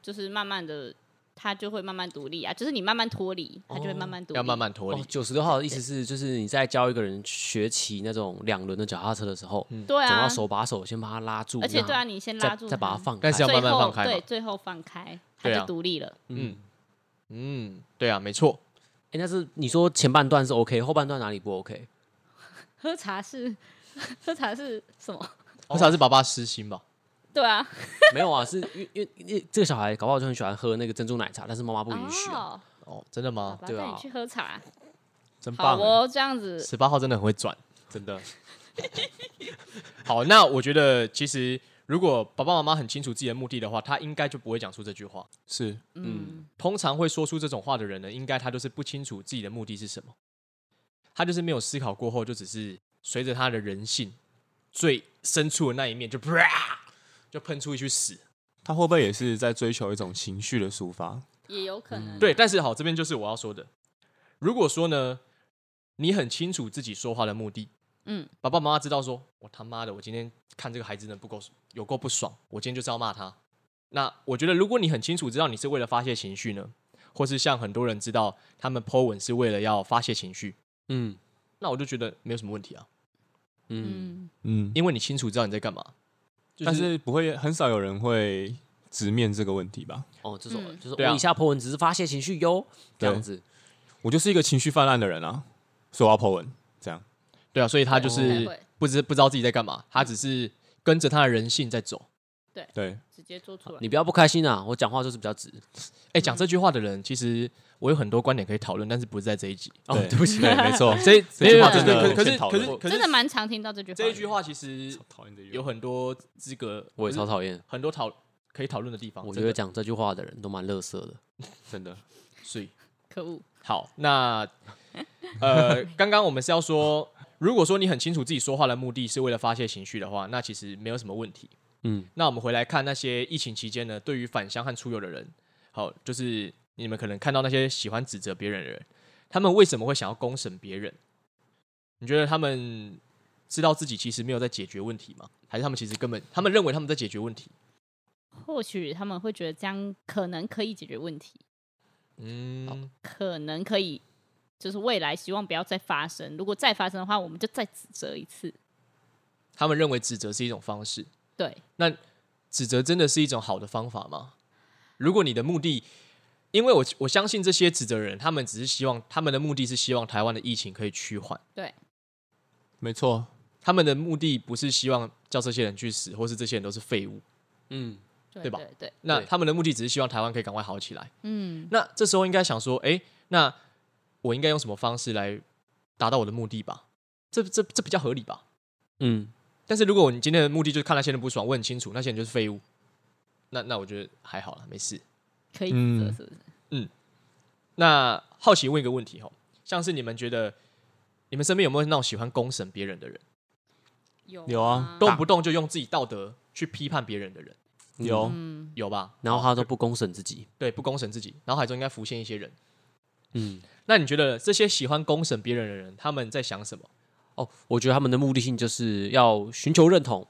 Speaker 4: 就是慢慢的，他就会慢慢独立啊，就是你慢慢脱离，他就会慢慢独立，
Speaker 1: 要慢慢脱离。
Speaker 2: 哦，九十六号的意思是，就是你在教一个人学骑那种两轮的脚踏车的时候，
Speaker 4: 对
Speaker 2: 总
Speaker 4: 啊
Speaker 2: 要，手把手先把他拉住，
Speaker 4: 而且
Speaker 2: 那
Speaker 4: 对啊，你先拉
Speaker 2: 再
Speaker 4: 住
Speaker 2: 再把他放开
Speaker 1: 但。是要
Speaker 4: 最
Speaker 1: 慢慢
Speaker 4: 后
Speaker 1: 放开嘛
Speaker 4: 对，最后放开，他
Speaker 1: 对啊
Speaker 4: 就独立了。
Speaker 1: 嗯嗯，对啊，没错。
Speaker 2: 哎，但是你说前半段是 OK，后半段哪里不 OK？
Speaker 4: 喝茶是喝茶是什么？
Speaker 1: 至少是爸爸私心吧？
Speaker 4: 对啊，
Speaker 2: 没有啊，是因因因为这个小孩搞不好就很喜欢喝那个珍珠奶茶，但是妈妈不允许啊。
Speaker 4: 哦，
Speaker 1: 哦，真的
Speaker 4: 爸
Speaker 1: 吗？
Speaker 4: 爸
Speaker 2: 对
Speaker 4: 带
Speaker 2: 啊
Speaker 4: 你去喝茶，
Speaker 3: 真
Speaker 4: 好
Speaker 3: 棒欸，
Speaker 4: 哦，这样子
Speaker 1: 十八号真的很会转。
Speaker 3: 真的，
Speaker 1: 好，那我觉得其实如果爸爸妈妈很清楚自己的目的的话，他应该就不会讲出这句话。
Speaker 3: 是
Speaker 4: 嗯，
Speaker 1: 通常会说出这种话的人呢，应该他就是不清楚自己的目的是什么，他就是没有思考过后，就只是随着他的人性最深处的那一面就啪就喷出一句屎。
Speaker 3: 他会不会也是在追求一种情绪的抒发？
Speaker 4: 也有可能。
Speaker 1: 对，但是好，这边就是我要说的。如果说呢，你很清楚自己说话的目的，
Speaker 4: 嗯，
Speaker 1: 爸爸妈妈知道说，我他妈的，我今天看这个孩子呢不够有够不爽，我今天就是要骂他。那我觉得，如果你很清楚知道你是为了发泄情绪呢，或是像很多人知道他们 po 文是为了要发泄情绪，
Speaker 2: 嗯
Speaker 1: 那我就觉得没有什么问题啊，
Speaker 2: 嗯，
Speaker 4: 嗯，
Speaker 3: 嗯，
Speaker 1: 因为你清楚知道你在干嘛。就
Speaker 3: 但是不会很少有人会直面这个问题吧？
Speaker 2: 哦，这种
Speaker 4: 嗯
Speaker 2: 就是
Speaker 1: 对啊
Speaker 2: 我以下 po 文只是发泄情绪哟，这
Speaker 3: 对
Speaker 2: 样子。
Speaker 3: 我就是一个情绪泛滥的人啊，所以我要 po 文，这样
Speaker 1: 对啊，所以他就
Speaker 4: 不太
Speaker 1: 是
Speaker 4: 会
Speaker 1: 不知不知道自己在干嘛，他只是跟着他的人性在走。
Speaker 3: 对，
Speaker 4: 直接做出来。
Speaker 2: 你不要不开心啊！我讲话就是比较直。
Speaker 1: 哎，讲这句话的人，其实我有很多观点可以讨论，但是不是在这一集。
Speaker 2: 哦，
Speaker 3: 对
Speaker 2: 对不起，
Speaker 3: 对，没 错，
Speaker 1: 所以
Speaker 3: 这句话
Speaker 1: 没有
Speaker 3: 真的
Speaker 1: 没有可可
Speaker 3: 欠
Speaker 1: 是
Speaker 3: 讨
Speaker 1: 可
Speaker 3: 论
Speaker 1: 是可
Speaker 4: 真的
Speaker 1: 是
Speaker 4: 蛮常听到这句话的。
Speaker 1: 这一句话其实
Speaker 3: 讨厌的
Speaker 1: 有很多资格，
Speaker 2: 我也超讨厌。
Speaker 1: 很多讨可以讨论的地方。
Speaker 2: 我
Speaker 1: 嗯哦
Speaker 2: 觉
Speaker 1: 真
Speaker 2: 得
Speaker 1: 的
Speaker 2: 讲这句话的人都蛮乐色的。
Speaker 3: 真的
Speaker 1: 所以
Speaker 4: 可恶，
Speaker 1: 好，那呃，刚刚我们是要说，如果说你很清楚自己说话的目的是为了发泄情绪的话，那其实没有什么问题。
Speaker 2: 嗯，
Speaker 1: 那我们回来看那些疫情期间呢，对于返乡和出游的人，好，就是你们可能看到那些喜欢指责别人的人，他们为什么会想要公审别人？你觉得他们知道自己其实没有在解决问题吗？还是他们其实根本他们认为他们在解决问题？
Speaker 4: 或许他们会觉得这样可能可以解决问题，
Speaker 1: 嗯，
Speaker 4: 可能可以，就是未来希望不要再发生。如果再发生的话，我们就再指责一次。
Speaker 1: 他们认为指责是一种方式，
Speaker 4: 对，
Speaker 1: 指责真的是一种好的方法吗？如果你的目的，因为我我相信这些指责人，他们只是希望他们的目的是希望台湾的疫情可以趋缓，
Speaker 3: 没错，
Speaker 1: 他们的目的不是希望叫这些人去死，或是这些人都是废物。
Speaker 2: 嗯，
Speaker 4: 对
Speaker 1: 对吧
Speaker 4: 对对，
Speaker 1: 那
Speaker 2: 对
Speaker 1: 他们的目的只是希望台湾可以赶快好起来。
Speaker 4: 嗯，
Speaker 1: 那这时候应该想说，诶，那我应该用什么方式来达到我的目的吧？这这这比较合理吧？
Speaker 2: 嗯，
Speaker 1: 但是如果你今天的目的就是看那些人不爽，我很清楚那些人就是废物，那那我觉得还好了，没事。
Speaker 4: 可以指
Speaker 1: 嗯
Speaker 4: 责是不是？
Speaker 1: 那好奇问一个问题哈，像是你们觉得你们身边有没有那种喜欢公审别人的人，
Speaker 4: 有
Speaker 3: 有啊
Speaker 1: 动不动就用自己道德去批判别人的人，
Speaker 3: 有
Speaker 4: 嗯，
Speaker 1: 有吧？
Speaker 2: 然后他都不公审自己。
Speaker 1: 对，不公审自己，脑海中应该浮现一些人。
Speaker 2: 嗯，
Speaker 1: 那你觉得这些喜欢公审别人的人，他们在想什么？
Speaker 2: 哦，我觉得他们的目的性就是要寻求认同。啊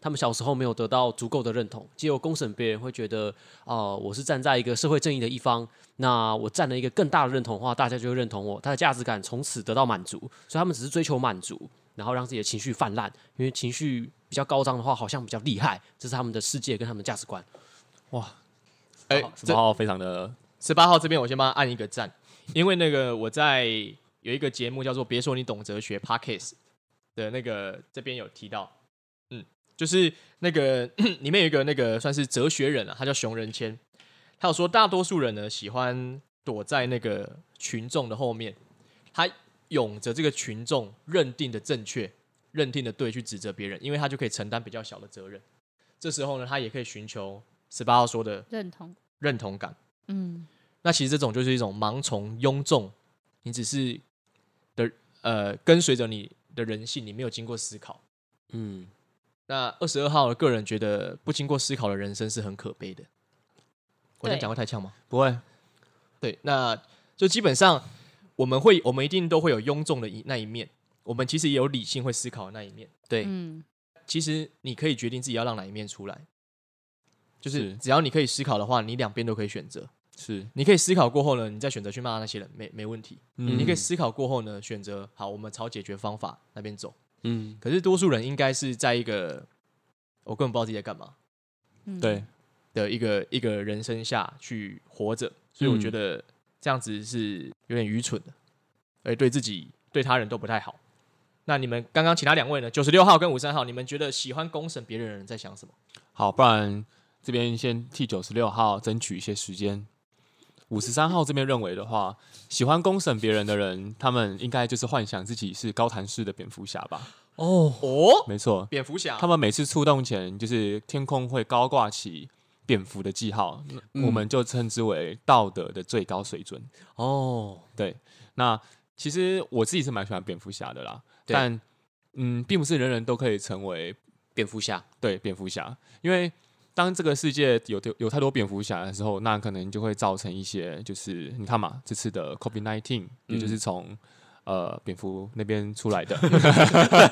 Speaker 2: 他们小时候没有得到足够的认同，结果公审别人会觉得，哦、我是站在一个社会正义的一方，那我占了一个更大的认同的话，大家就会认同我，他的价值感从此得到满足，所以他们只是追求满足，然后让自己的情绪泛滥，因为情绪比较高涨的话，好像比较厉害，这是他们的世界跟他们的价值观。
Speaker 1: 哎、
Speaker 3: 十八号非常的
Speaker 1: 十八号这边我先帮他按一个赞，因为那个我在有一个节目叫做《别说你懂哲学》Podcast 的那个这边有提到，嗯，就是那个 里面有一个那个算是哲学人啊，他叫熊仁谦，他有说大多数人呢喜欢躲在那个群众的后面，他涌着这个群众认定的正确、认定的对去指责别人，因为他就可以承担比较小的责任。这时候呢，他也可以寻求十八号说的
Speaker 4: 认同，
Speaker 1: 认同感。
Speaker 4: 嗯，
Speaker 1: 那其实这种就是一种盲从、庸众，你只是的呃跟随着你的人性，你没有经过思考。
Speaker 2: 嗯，
Speaker 1: 那二十二号个人觉得不经过思考的人生是很可悲的。我这样
Speaker 4: 对
Speaker 1: 讲会太呛吗？
Speaker 3: 不会，
Speaker 1: 对，那就基本上我们会，我们一定都会有庸众的一那一面，我们其实也有理性会思考的那一面。
Speaker 2: 对，
Speaker 4: 嗯，
Speaker 1: 其实你可以决定自己要让哪一面出来，就是
Speaker 3: 是
Speaker 1: 只要你可以思考的话，你两边都可以选择。
Speaker 3: 是，
Speaker 1: 你可以思考过后呢，你再选择去骂那些人，没没问题。
Speaker 3: 嗯
Speaker 1: 你可以思考过后呢，选择好，我们朝解决方法那边走。
Speaker 2: 嗯，
Speaker 1: 可是多数人应该是在一个我根本不知道自己在干嘛
Speaker 4: 嗯
Speaker 3: 对，
Speaker 1: 的一个一个人生下去活着，所以
Speaker 2: 嗯
Speaker 1: 我觉得这样子是有点愚蠢的，而对自己对他人都不太好。那你们刚刚其他两位呢？九十六号跟五三号，你们觉得喜欢公审别人的人在想什么？
Speaker 3: 好，不然这边先替九十六号争取一些时间。五十三号这边认为的话，喜欢公审别人的人，他们应该就是幻想自己是高谭市的蝙蝠侠吧？
Speaker 2: 哦，
Speaker 1: 哦，
Speaker 3: 没错，
Speaker 1: 蝙蝠侠，
Speaker 3: 他们每次出动前，就是天空会高挂起蝙蝠的记号，我们就称之为道德的最高水准。
Speaker 2: 哦，
Speaker 3: 对，那其实我自己是蛮喜欢蝙蝠侠的啦，
Speaker 2: 对
Speaker 3: 但嗯，并不是人人都可以成为
Speaker 2: 蝙蝠侠，
Speaker 3: 对蝙蝠侠，因为当这个世界有有太多蝙蝠侠的时候，那可能就会造成一些，就是你看嘛，这次的 COVID nineteen，也就是从、呃蝙蝠那边出来的，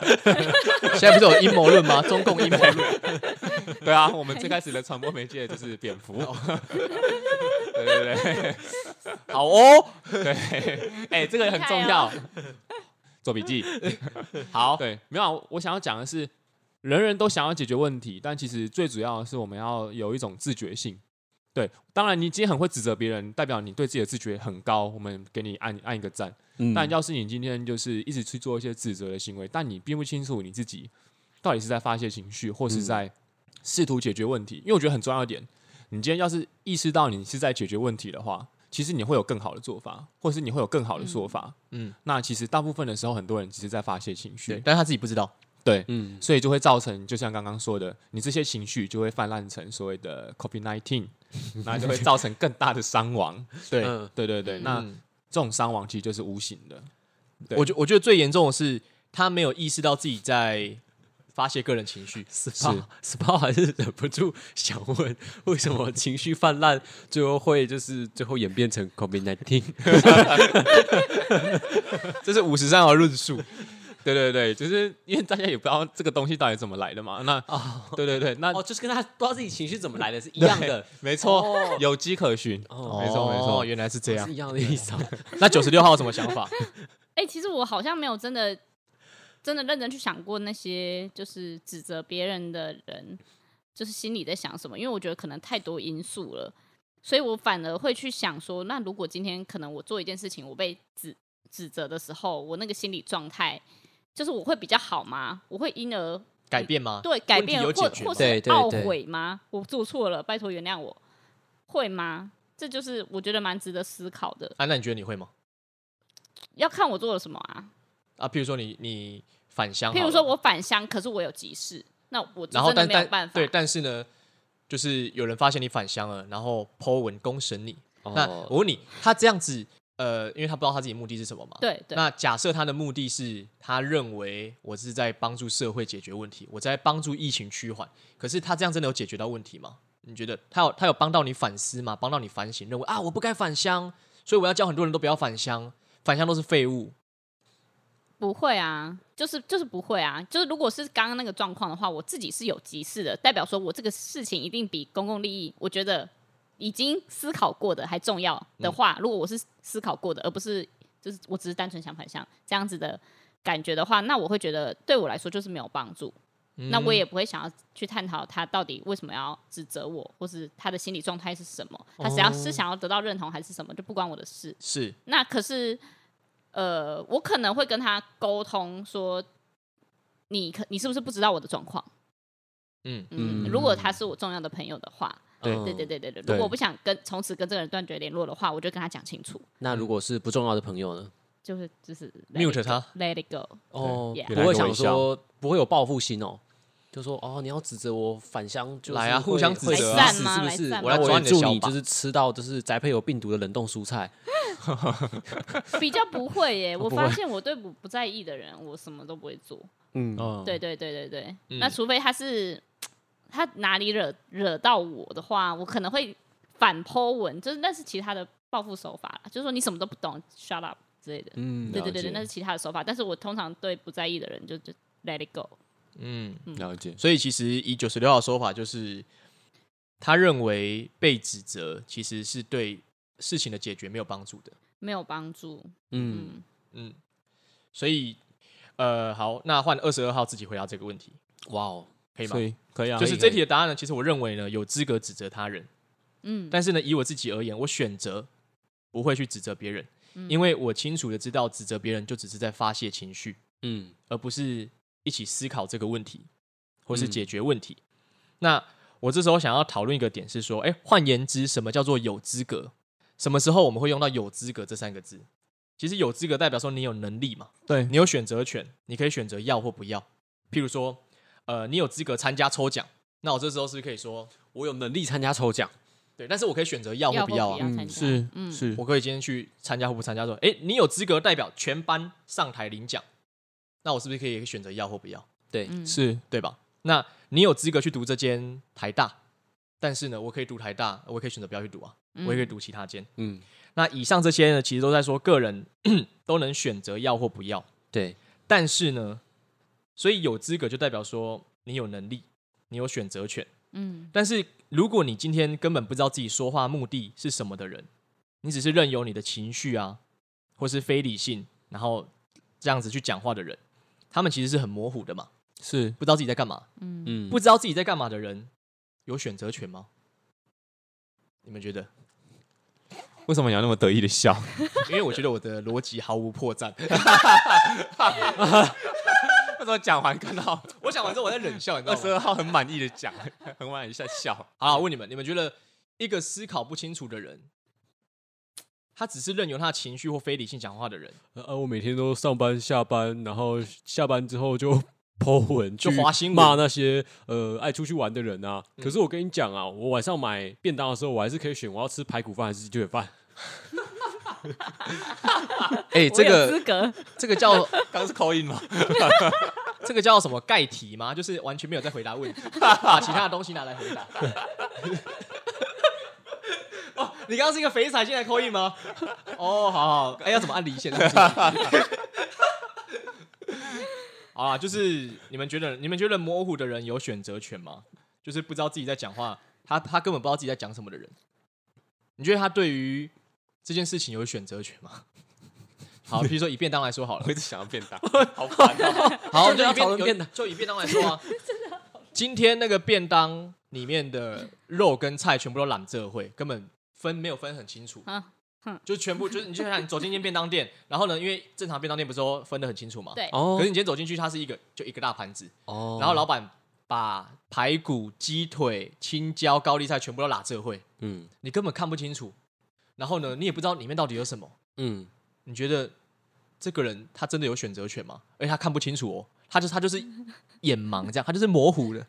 Speaker 1: 现在不是有阴谋论吗？中共阴谋 论，
Speaker 3: 对啊，我们最开始的传播媒介就是蝙蝠，对对对，
Speaker 1: 好哦，
Speaker 3: 哎、这个很重要
Speaker 4: 厉，
Speaker 3: 做笔记。好，对，没有，啊我想要讲的是，人人都想要解决问题，但其实最主要的是我们要有一种自觉性。对，当然你今天很会指责别人，代表你对自己的自觉很高，我们给你按按一个赞。
Speaker 2: 嗯
Speaker 3: 但要是你今天就是一直去
Speaker 2: 嗯
Speaker 3: 做一些指责的行为，但你并不清楚你自己到底是在发泄情绪，或是在试图解决问题，因为我觉得很重要一点，你今天要是意识到你是在解决问题的话，其实你会有更好的做法，或是你会有更好的说法。
Speaker 1: 嗯嗯
Speaker 3: 那其实大部分的时候，很多人只是在发泄情绪，
Speaker 1: 对，但是他自己不知道。
Speaker 3: 对，
Speaker 2: 嗯，
Speaker 3: 所以就会造成，就像刚刚说的，你这些情绪就会泛滥成所谓的 COVID nineteen，那就会造成更大的伤亡。对，
Speaker 2: 嗯
Speaker 3: 对对对，那
Speaker 1: 嗯
Speaker 3: 这种伤亡其实就是无形的。对
Speaker 1: 我觉我觉得最严重的是他没有意识到自己在发泄个人情绪，
Speaker 2: SPA SPA 还是忍不住想问，为什么情绪泛滥最后会就是最后演变成 COVID nineteen？
Speaker 1: 这是五十三号论述。
Speaker 3: 对对对，就是因为大家也不知道这个东西到底怎么来的嘛。那、对对对，那、
Speaker 2: 哦，就是跟他不知道自己情绪怎么来的是一样的，
Speaker 3: 没错，
Speaker 2: 哦
Speaker 3: 有迹可循。
Speaker 2: 哦
Speaker 3: 没错没错
Speaker 1: 哦原来是这样
Speaker 2: 是。一样的意思啊。
Speaker 1: 那九十六号有什么想法？
Speaker 4: 哎、其实我好像没有真的真的认真去想过那些就是指责别人的人，就是心里在想什么，因为我觉得可能太多因素了，所以我反而会去想说，那如果今天可能我做一件事情，我被指指责的时候，我那个心理状态。就是我会比较好吗？我会因而
Speaker 1: 改变吗？
Speaker 4: 对改
Speaker 1: 问题
Speaker 4: 变
Speaker 1: 有
Speaker 4: 或
Speaker 1: 解决
Speaker 4: 或
Speaker 1: 吗
Speaker 4: 是
Speaker 2: 对对对
Speaker 4: 懊悔吗？我做错了，拜托原谅我，会吗？这就是我觉得蛮值得思考的。
Speaker 1: 啊，那你觉得你会吗？
Speaker 4: 要看我做了什么啊。
Speaker 1: 啊，譬如说你你返乡好了，
Speaker 4: 譬如说我返乡，可是我有急事，那我就
Speaker 1: 然后但
Speaker 4: 真的没有
Speaker 1: 但
Speaker 4: 办法。
Speaker 1: 对，但是呢，就是有人发现你返乡了，然后 Po 文公审你。那
Speaker 2: 哦
Speaker 1: 我问你，他这样子，呃，因为他不知道他自己目的是什么嘛？。
Speaker 4: 对对
Speaker 1: 那假设他的目的是，他认为我是在帮助社会解决问题，我在帮助疫情趋缓。可是他这样真的有解决到问题吗？你觉得他有他有帮到你反思吗？帮到你反省，认为啊我不该返乡，所以我要叫很多人都不要返乡，返乡都是废物。
Speaker 4: 不会啊，就是就是不会啊，就是如果是刚刚那个状况的话，我自己是有急事的，代表说我这个事情一定比公共利益，我觉得已经思考过的还重要
Speaker 1: 嗯
Speaker 4: 的话，如果我是思考过的，而不是就是我只是单纯想反向这样子的感觉的话，那我会觉得对我来说就是没有帮助。
Speaker 1: 嗯
Speaker 4: 那我也不会想要去探讨他到底为什么要指责我，或是他的心理状态是什么，他只要是想要得到认同还是什么，就不关我的事。
Speaker 1: 是
Speaker 4: 那可是，呃，我可能会跟他沟通说，你可你是不是不知道我的状况？
Speaker 1: 嗯
Speaker 4: 嗯，
Speaker 2: 嗯
Speaker 4: 如果他是我重要的朋友的话，
Speaker 3: 对
Speaker 4: 对对。对对对，如果我不想跟从此跟这个人断绝联络的话，我就跟他讲清楚，
Speaker 2: 那如果是不重要的朋友呢？
Speaker 4: 就是就是 let it-
Speaker 1: mute 他，
Speaker 4: let it go。
Speaker 2: 哦
Speaker 4: Yeah，
Speaker 2: 不会想说不会有报复心哦，就说哦，你要指责我返乡，就是
Speaker 1: 来啊
Speaker 2: 会
Speaker 1: 互相指
Speaker 2: 会
Speaker 1: 责
Speaker 4: 啊
Speaker 2: 死
Speaker 4: 来散吗
Speaker 2: 是不是
Speaker 4: 来？
Speaker 1: 吗
Speaker 4: 散
Speaker 1: 我要抓你的
Speaker 2: 祝
Speaker 1: 小
Speaker 2: 你
Speaker 1: 把
Speaker 2: 就是吃到就是宅配有病毒的冷冻蔬菜。
Speaker 4: 比较不会耶，我
Speaker 2: 不
Speaker 4: 发
Speaker 2: 会
Speaker 4: 现我对不不在意的人，我什么都不会做。
Speaker 2: 嗯，
Speaker 3: 嗯，
Speaker 4: 对对对对对，
Speaker 1: 嗯
Speaker 4: 那除非他是他哪里惹惹到我的话，我可能会反剖文，就是那是其他的报复手法啦，就是说你什么都不懂，shut up 之类的。
Speaker 2: 嗯，
Speaker 4: 对对对对，那
Speaker 2: 了
Speaker 4: 是
Speaker 2: 解
Speaker 4: 其他的手法，但是我通常对不在意的人就就 let it go。
Speaker 1: 嗯，
Speaker 2: 了解。
Speaker 1: 所以其实以九十六号的说法，就是他认为被指责其实是对事情的解决没有帮助的。
Speaker 4: 没有帮助，
Speaker 2: 嗯，
Speaker 4: 嗯，
Speaker 1: 嗯，所以呃，好，那换二十二号自己回答这个问题，
Speaker 2: 哇哦，
Speaker 1: 可以吗
Speaker 3: 所？以可以啊，
Speaker 1: 就是这题的答案呢，其实我认为呢，有资格指责他人，
Speaker 4: 嗯，
Speaker 1: 但是呢，以我自己而言，我选择不会去指责别人，
Speaker 4: 嗯
Speaker 1: 因为我清楚的知道，指责别人就只是在发泄情绪，
Speaker 2: 嗯
Speaker 1: 而不是一起思考这个问题，或是
Speaker 2: 嗯
Speaker 1: 解决问题。那我这时候想要讨论一个点是说，哎，换言之，什么叫做有资格？什么时候我们会用到“有资格”这三个字？其实有资格代表说你有能力嘛，
Speaker 3: 对
Speaker 1: 你有选择权，你可以选择要或不要。譬如说，呃，你有资格参加抽奖，那我这时候是不是可以说，
Speaker 2: 我有能力参加抽奖。
Speaker 1: 对，但是我可以选择要或
Speaker 4: 要
Speaker 1: 不要啊？
Speaker 4: 不要参加，
Speaker 3: 是
Speaker 4: 嗯
Speaker 3: 是
Speaker 1: 我可以今天去参加或不参加说，哎，你有资格代表全班上台领奖，那我是不是可以选择要或不要？
Speaker 2: 对，
Speaker 4: 嗯
Speaker 3: 是，
Speaker 1: 对吧？那你有资格去读这间台大，但是呢，我可以读台大，我也可以选择不要去读啊，
Speaker 4: 嗯
Speaker 1: 我也可以读其他间。
Speaker 2: 嗯，
Speaker 1: 那以上这些呢，其实都在说个人 都能选择要或不要，
Speaker 2: 对，
Speaker 1: 但是呢，所以有资格就代表说你有能力，你有选择权。
Speaker 4: 嗯
Speaker 1: 但是如果你今天根本不知道自己说话目的是什么的人，你只是任由你的情绪啊，或是非理性，然后这样子去讲话的人，他们其实是很模糊的嘛，
Speaker 3: 是
Speaker 1: 不知道自己在干嘛。
Speaker 4: 嗯，
Speaker 2: 嗯，
Speaker 1: 不知道自己在干嘛的人有选择权吗？你们觉得？
Speaker 3: 为什么你要那么得意的笑？
Speaker 1: 因为我觉得我的逻辑毫无破绽。
Speaker 3: 为什么候讲完，看到
Speaker 1: 我讲完之后我在冷笑，你知
Speaker 3: 二
Speaker 1: 道
Speaker 3: 十
Speaker 1: 吗？
Speaker 3: 二号很满意的讲， 很满意在笑。
Speaker 1: 好，我问你们，你们觉得一个思考不清楚的人，他只是任由他的情绪或非理性讲话的人，
Speaker 5: 啊，我每天都上班下班，然后下班之后就 po 文，
Speaker 1: 就
Speaker 5: 去
Speaker 1: 划新闻
Speaker 5: 骂那些呃爱出去玩的人啊。
Speaker 2: 嗯
Speaker 5: 可是我跟你讲啊，我晚上买便当的时候，我还是可以选我要吃排骨饭还是鸡腿饭。
Speaker 1: 哎、
Speaker 4: 我
Speaker 1: 这
Speaker 4: 有 资
Speaker 1: 个
Speaker 4: 格，
Speaker 1: 这个叫
Speaker 3: 刚是口音嘛，
Speaker 1: 这个叫什么盖题吗？就是完全没有在回答问题，把其他的东西拿来回答。哦，你刚刚是一个肥仔进来扣印吗？ 哦，好 好，哎、要怎么按离线？这样子好啦，就是你们觉得，你们觉得模糊的人有选择权吗？就是不知道自己在讲话，他他根本不知道自己在讲什么的人，你觉得他对于这件事情有选择权 吗？好，比如说以便当来说好了
Speaker 3: 我，一直想要便 当，好烦哦。
Speaker 1: 好，
Speaker 2: 真
Speaker 1: 啊就
Speaker 2: 的要
Speaker 1: 以
Speaker 2: 讨论
Speaker 1: 有
Speaker 2: 便当
Speaker 1: 就以便当来说 啊，今天那个便当里面的肉跟菜全部都揽这会，根本分没有分很清楚
Speaker 4: 嗯哼，
Speaker 1: 就全部就是你就像你走进一间便当店，然后呢，因为正常便当店不是都分得很清楚嘛，
Speaker 4: 对
Speaker 1: 可
Speaker 2: 哦
Speaker 1: 是你今天走进去，它是一个就一个大盘子，
Speaker 2: 哦
Speaker 1: 然后老板把排骨、鸡腿、青椒、高丽菜全部都揽这会，
Speaker 5: 嗯
Speaker 1: 你根本看不清楚，然后呢，你也不知道里面到底有什么，
Speaker 2: 嗯，
Speaker 1: 你觉得这个人他真的有选择权吗？而且他看不清楚哦，他就他就是眼盲这样，他就是模糊 的。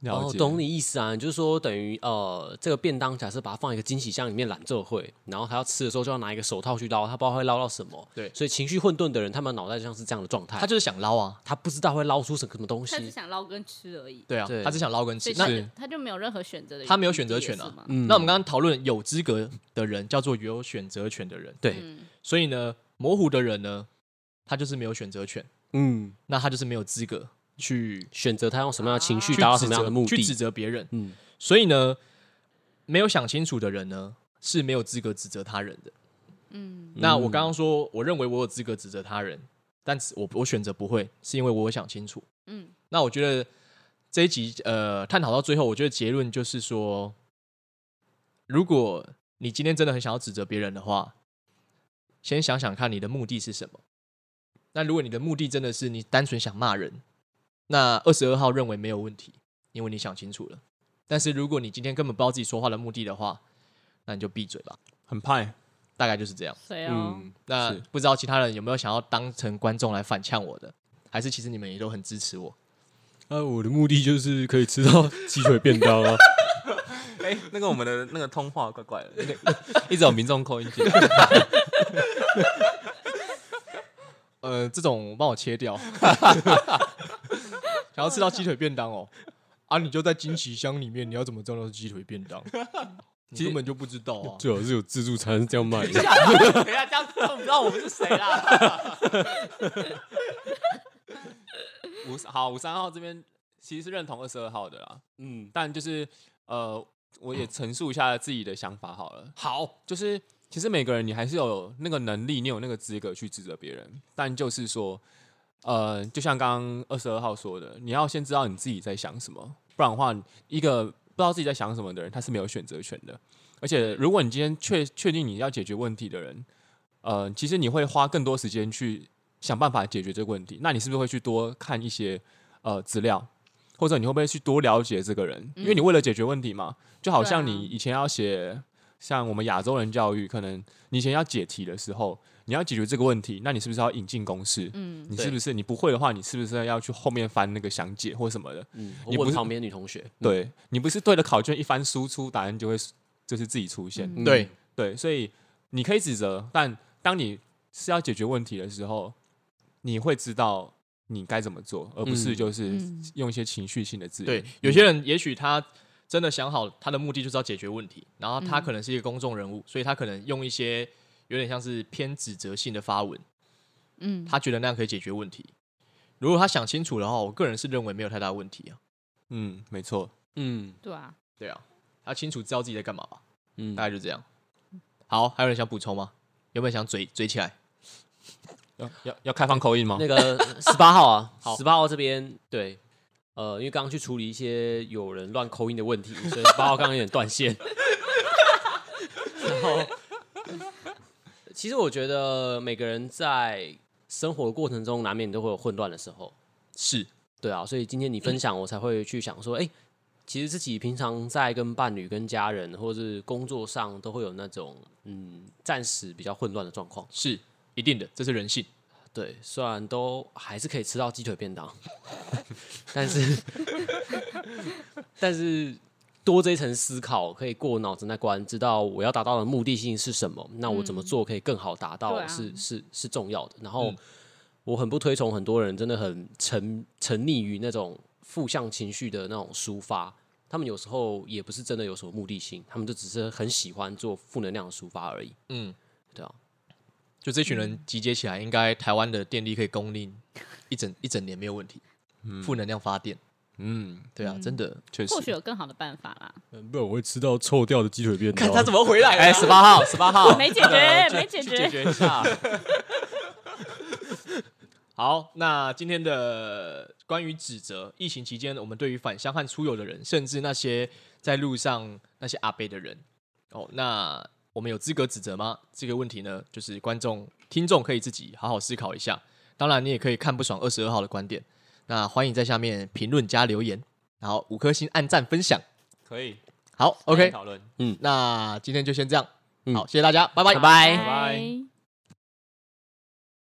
Speaker 3: 了
Speaker 2: 哦，
Speaker 3: 解，
Speaker 2: 懂你意思啊，你就是说等于呃，这个便当假设把它放一个惊喜箱里面揽奏会，然后他要吃的时候就要拿一个手套去捞，他不知道会捞到什么。
Speaker 1: 对
Speaker 2: 所以情绪混沌的人，他们脑袋就像是这样的状态，
Speaker 1: 他就是想捞啊，
Speaker 2: 他不知道会捞出什么东
Speaker 4: 他只
Speaker 2: 西。
Speaker 4: 想捞跟吃而已，
Speaker 1: 对啊，
Speaker 2: 对
Speaker 1: 他只想捞跟
Speaker 4: 所
Speaker 1: 吃
Speaker 4: 以。他
Speaker 1: 那
Speaker 4: 就他就没有任何选择的余地，
Speaker 1: 他没有选择权啊
Speaker 4: 也是吗
Speaker 2: 嗯
Speaker 1: 那我们刚刚讨论有资格的人叫做有选择权的人，
Speaker 2: 对，
Speaker 4: 嗯，
Speaker 1: 所以呢，模糊的人呢，他就是没有选择权，
Speaker 2: 嗯，
Speaker 1: 那他就是没有资格去
Speaker 2: 选择他用什么样的情绪
Speaker 1: 去
Speaker 2: 达到
Speaker 1: 指
Speaker 2: 什么样的
Speaker 1: 责
Speaker 2: 目
Speaker 1: 去指
Speaker 2: 的。
Speaker 1: 责别人。
Speaker 2: 嗯，
Speaker 1: 所以呢，没有想清楚的人呢，是没有资格指责他人的。
Speaker 4: 嗯，
Speaker 1: 那我刚刚说，我认为我有资格指责他人，但是我我选择不会，是因为我有想清楚。
Speaker 4: 嗯，
Speaker 1: 那我觉得这一集呃探讨到最后，我觉得结论就是说，如果你今天真的很想要指责别人的话，先想想看你的目的是什么。那如果你的目的真的是你单纯想骂人，那二十二号认为没有问题，因为你想清楚了。但是如果你今天根本不知道自己说话的目的的话，那你就闭嘴吧。
Speaker 3: 很派，
Speaker 1: 大概就是这样。
Speaker 4: 谁哦？
Speaker 3: 嗯，
Speaker 1: 那
Speaker 3: 是
Speaker 1: 不知道其他人有没有想要当成观众来反呛我的，还是其实你们也都很支持我？
Speaker 5: 啊，我的目的就是可以吃到鸡腿便当啊。
Speaker 3: 哎，那个我们的那个通话怪怪的， 一直有民众扣音进来。
Speaker 1: 呃，这种帮我切掉。 想要吃到鸡腿便当哦，啊，你就在惊喜箱里面，你要怎么知道是鸡腿便当？ 你根本就不知道啊。
Speaker 5: 最好是有自助餐是这样 卖的。
Speaker 3: 等一下，这样他们不知道我们是谁啦。五好，五三号这边其实是认同二十二号的啦，
Speaker 5: 嗯，
Speaker 3: 但就是呃，我也陈述一下自己的想法好了。
Speaker 2: 好，
Speaker 3: 就是其实每个人你还是有那个能力，你有那个资格去指责别人，但就是说，呃，就像刚刚二十二号说的，你要先知道你自己在想什么，不然的话，一个不知道自己在想什么的人，他是没有选择权的。而且，如果你今天确确定你要解决问题的人，呃，其实你会花更多时间去想办法解决这个问题。那你是不是会去多看一些呃资料，或者你会不会去多了解这个人？因为你为了解决问题嘛，就好像
Speaker 4: 嗯对啊
Speaker 3: 你以前要写，像我们亚洲人教育，可能你以前要解题的时候，你要解决这个问题，那你是不是要引进公式？
Speaker 4: 嗯，
Speaker 3: 你
Speaker 2: 对
Speaker 3: 是不是你不会的话，你是不是要去后面翻那个详解或什么的？
Speaker 1: 嗯
Speaker 2: 我
Speaker 3: 你不
Speaker 2: 问
Speaker 3: 是
Speaker 2: 旁边女同学，嗯，
Speaker 3: 对你不是对着考卷一番输出，答案就会就是自己出现。
Speaker 4: 嗯
Speaker 1: 对，
Speaker 3: 对，所以你可以指责，但当你是要解决问题的时候，你会知道你该怎么做，而不
Speaker 2: 嗯
Speaker 3: 是就是
Speaker 4: 嗯
Speaker 3: 用一些情绪性的字眼。嗯
Speaker 1: 对，有些人也许他真的想好他的目的就是要解决问题，然后他
Speaker 4: 嗯
Speaker 1: 可能是一个公众人物，所以他可能用一些有点像是偏指责性的发文，
Speaker 4: 嗯，
Speaker 1: 他觉得那样可以解决问题。如果他想清楚的话，我个人是认为没有太大问题啊。
Speaker 3: 嗯，没错。
Speaker 2: 嗯
Speaker 4: 对啊，
Speaker 1: 对啊，他清楚知道自己在干嘛吧，
Speaker 2: 嗯
Speaker 1: 大，概就这样。好，还有人想补充吗？有没有想嘴嘴起来？
Speaker 3: 要要要开放口音吗？
Speaker 2: 那个十八号啊，十八号这边对，呃，因为刚刚去处理一些有人乱扣音的问题，所以十八号刚刚有点断线。 然后，其实我觉得每个人在生活的过程中，难免都会有混乱的时候。
Speaker 1: 是
Speaker 2: 对啊，所以今天你分享，我才会去想说，哎、其实自己平常在跟伴侣、跟家人或是工作上，都会有那种嗯，暂时比较混乱的状况。
Speaker 1: 是一定的，这是人性。
Speaker 2: 对，虽然都还是可以吃到鸡腿便当， 但是但是多这一层思考，可以过脑子那关，知道我要达到的目的性是什么，那我怎么做可以更好达
Speaker 4: 嗯对
Speaker 2: 到
Speaker 4: 啊
Speaker 2: 是、是是重要的。然后
Speaker 1: 嗯
Speaker 2: 我很不推崇很多人真的很沉沉溺于那种负向情绪的那种抒发。他们有时候也不是真的有什么目的性，他们就只是很喜欢做负能量的抒发而已。
Speaker 1: 嗯，
Speaker 2: 对啊，
Speaker 1: 就这群人集结起来，应该台湾的电力可以供应一整一整年没有问题。负能量发电，
Speaker 3: 嗯，
Speaker 1: 对啊，真的。
Speaker 3: 确
Speaker 4: 或许
Speaker 3: 实，
Speaker 4: 有更好的办法啦。
Speaker 5: 嗯不然我会吃到臭掉的鸡腿便当。
Speaker 1: 他怎么回来？
Speaker 2: 哎，十八号，十 八号，
Speaker 4: 没解决，没解
Speaker 2: 解
Speaker 4: 决。
Speaker 2: 决一下。
Speaker 1: 好，那今天的关于指责，疫情期间我们对于返乡和出游的人，甚至那些在路上那些阿贝的人，哦，那我们有资格指责吗？这个问题呢，就是观众、听众可以自己好好思考一下。当然，你也可以看不爽二十二号的观点。那欢迎在下面评论加留言，然后五颗星按赞分享。
Speaker 3: 可以
Speaker 1: 好，OK，
Speaker 3: 讨论。
Speaker 1: 那今天就先这样。好，谢谢大家，拜拜
Speaker 2: 拜拜
Speaker 4: 拜。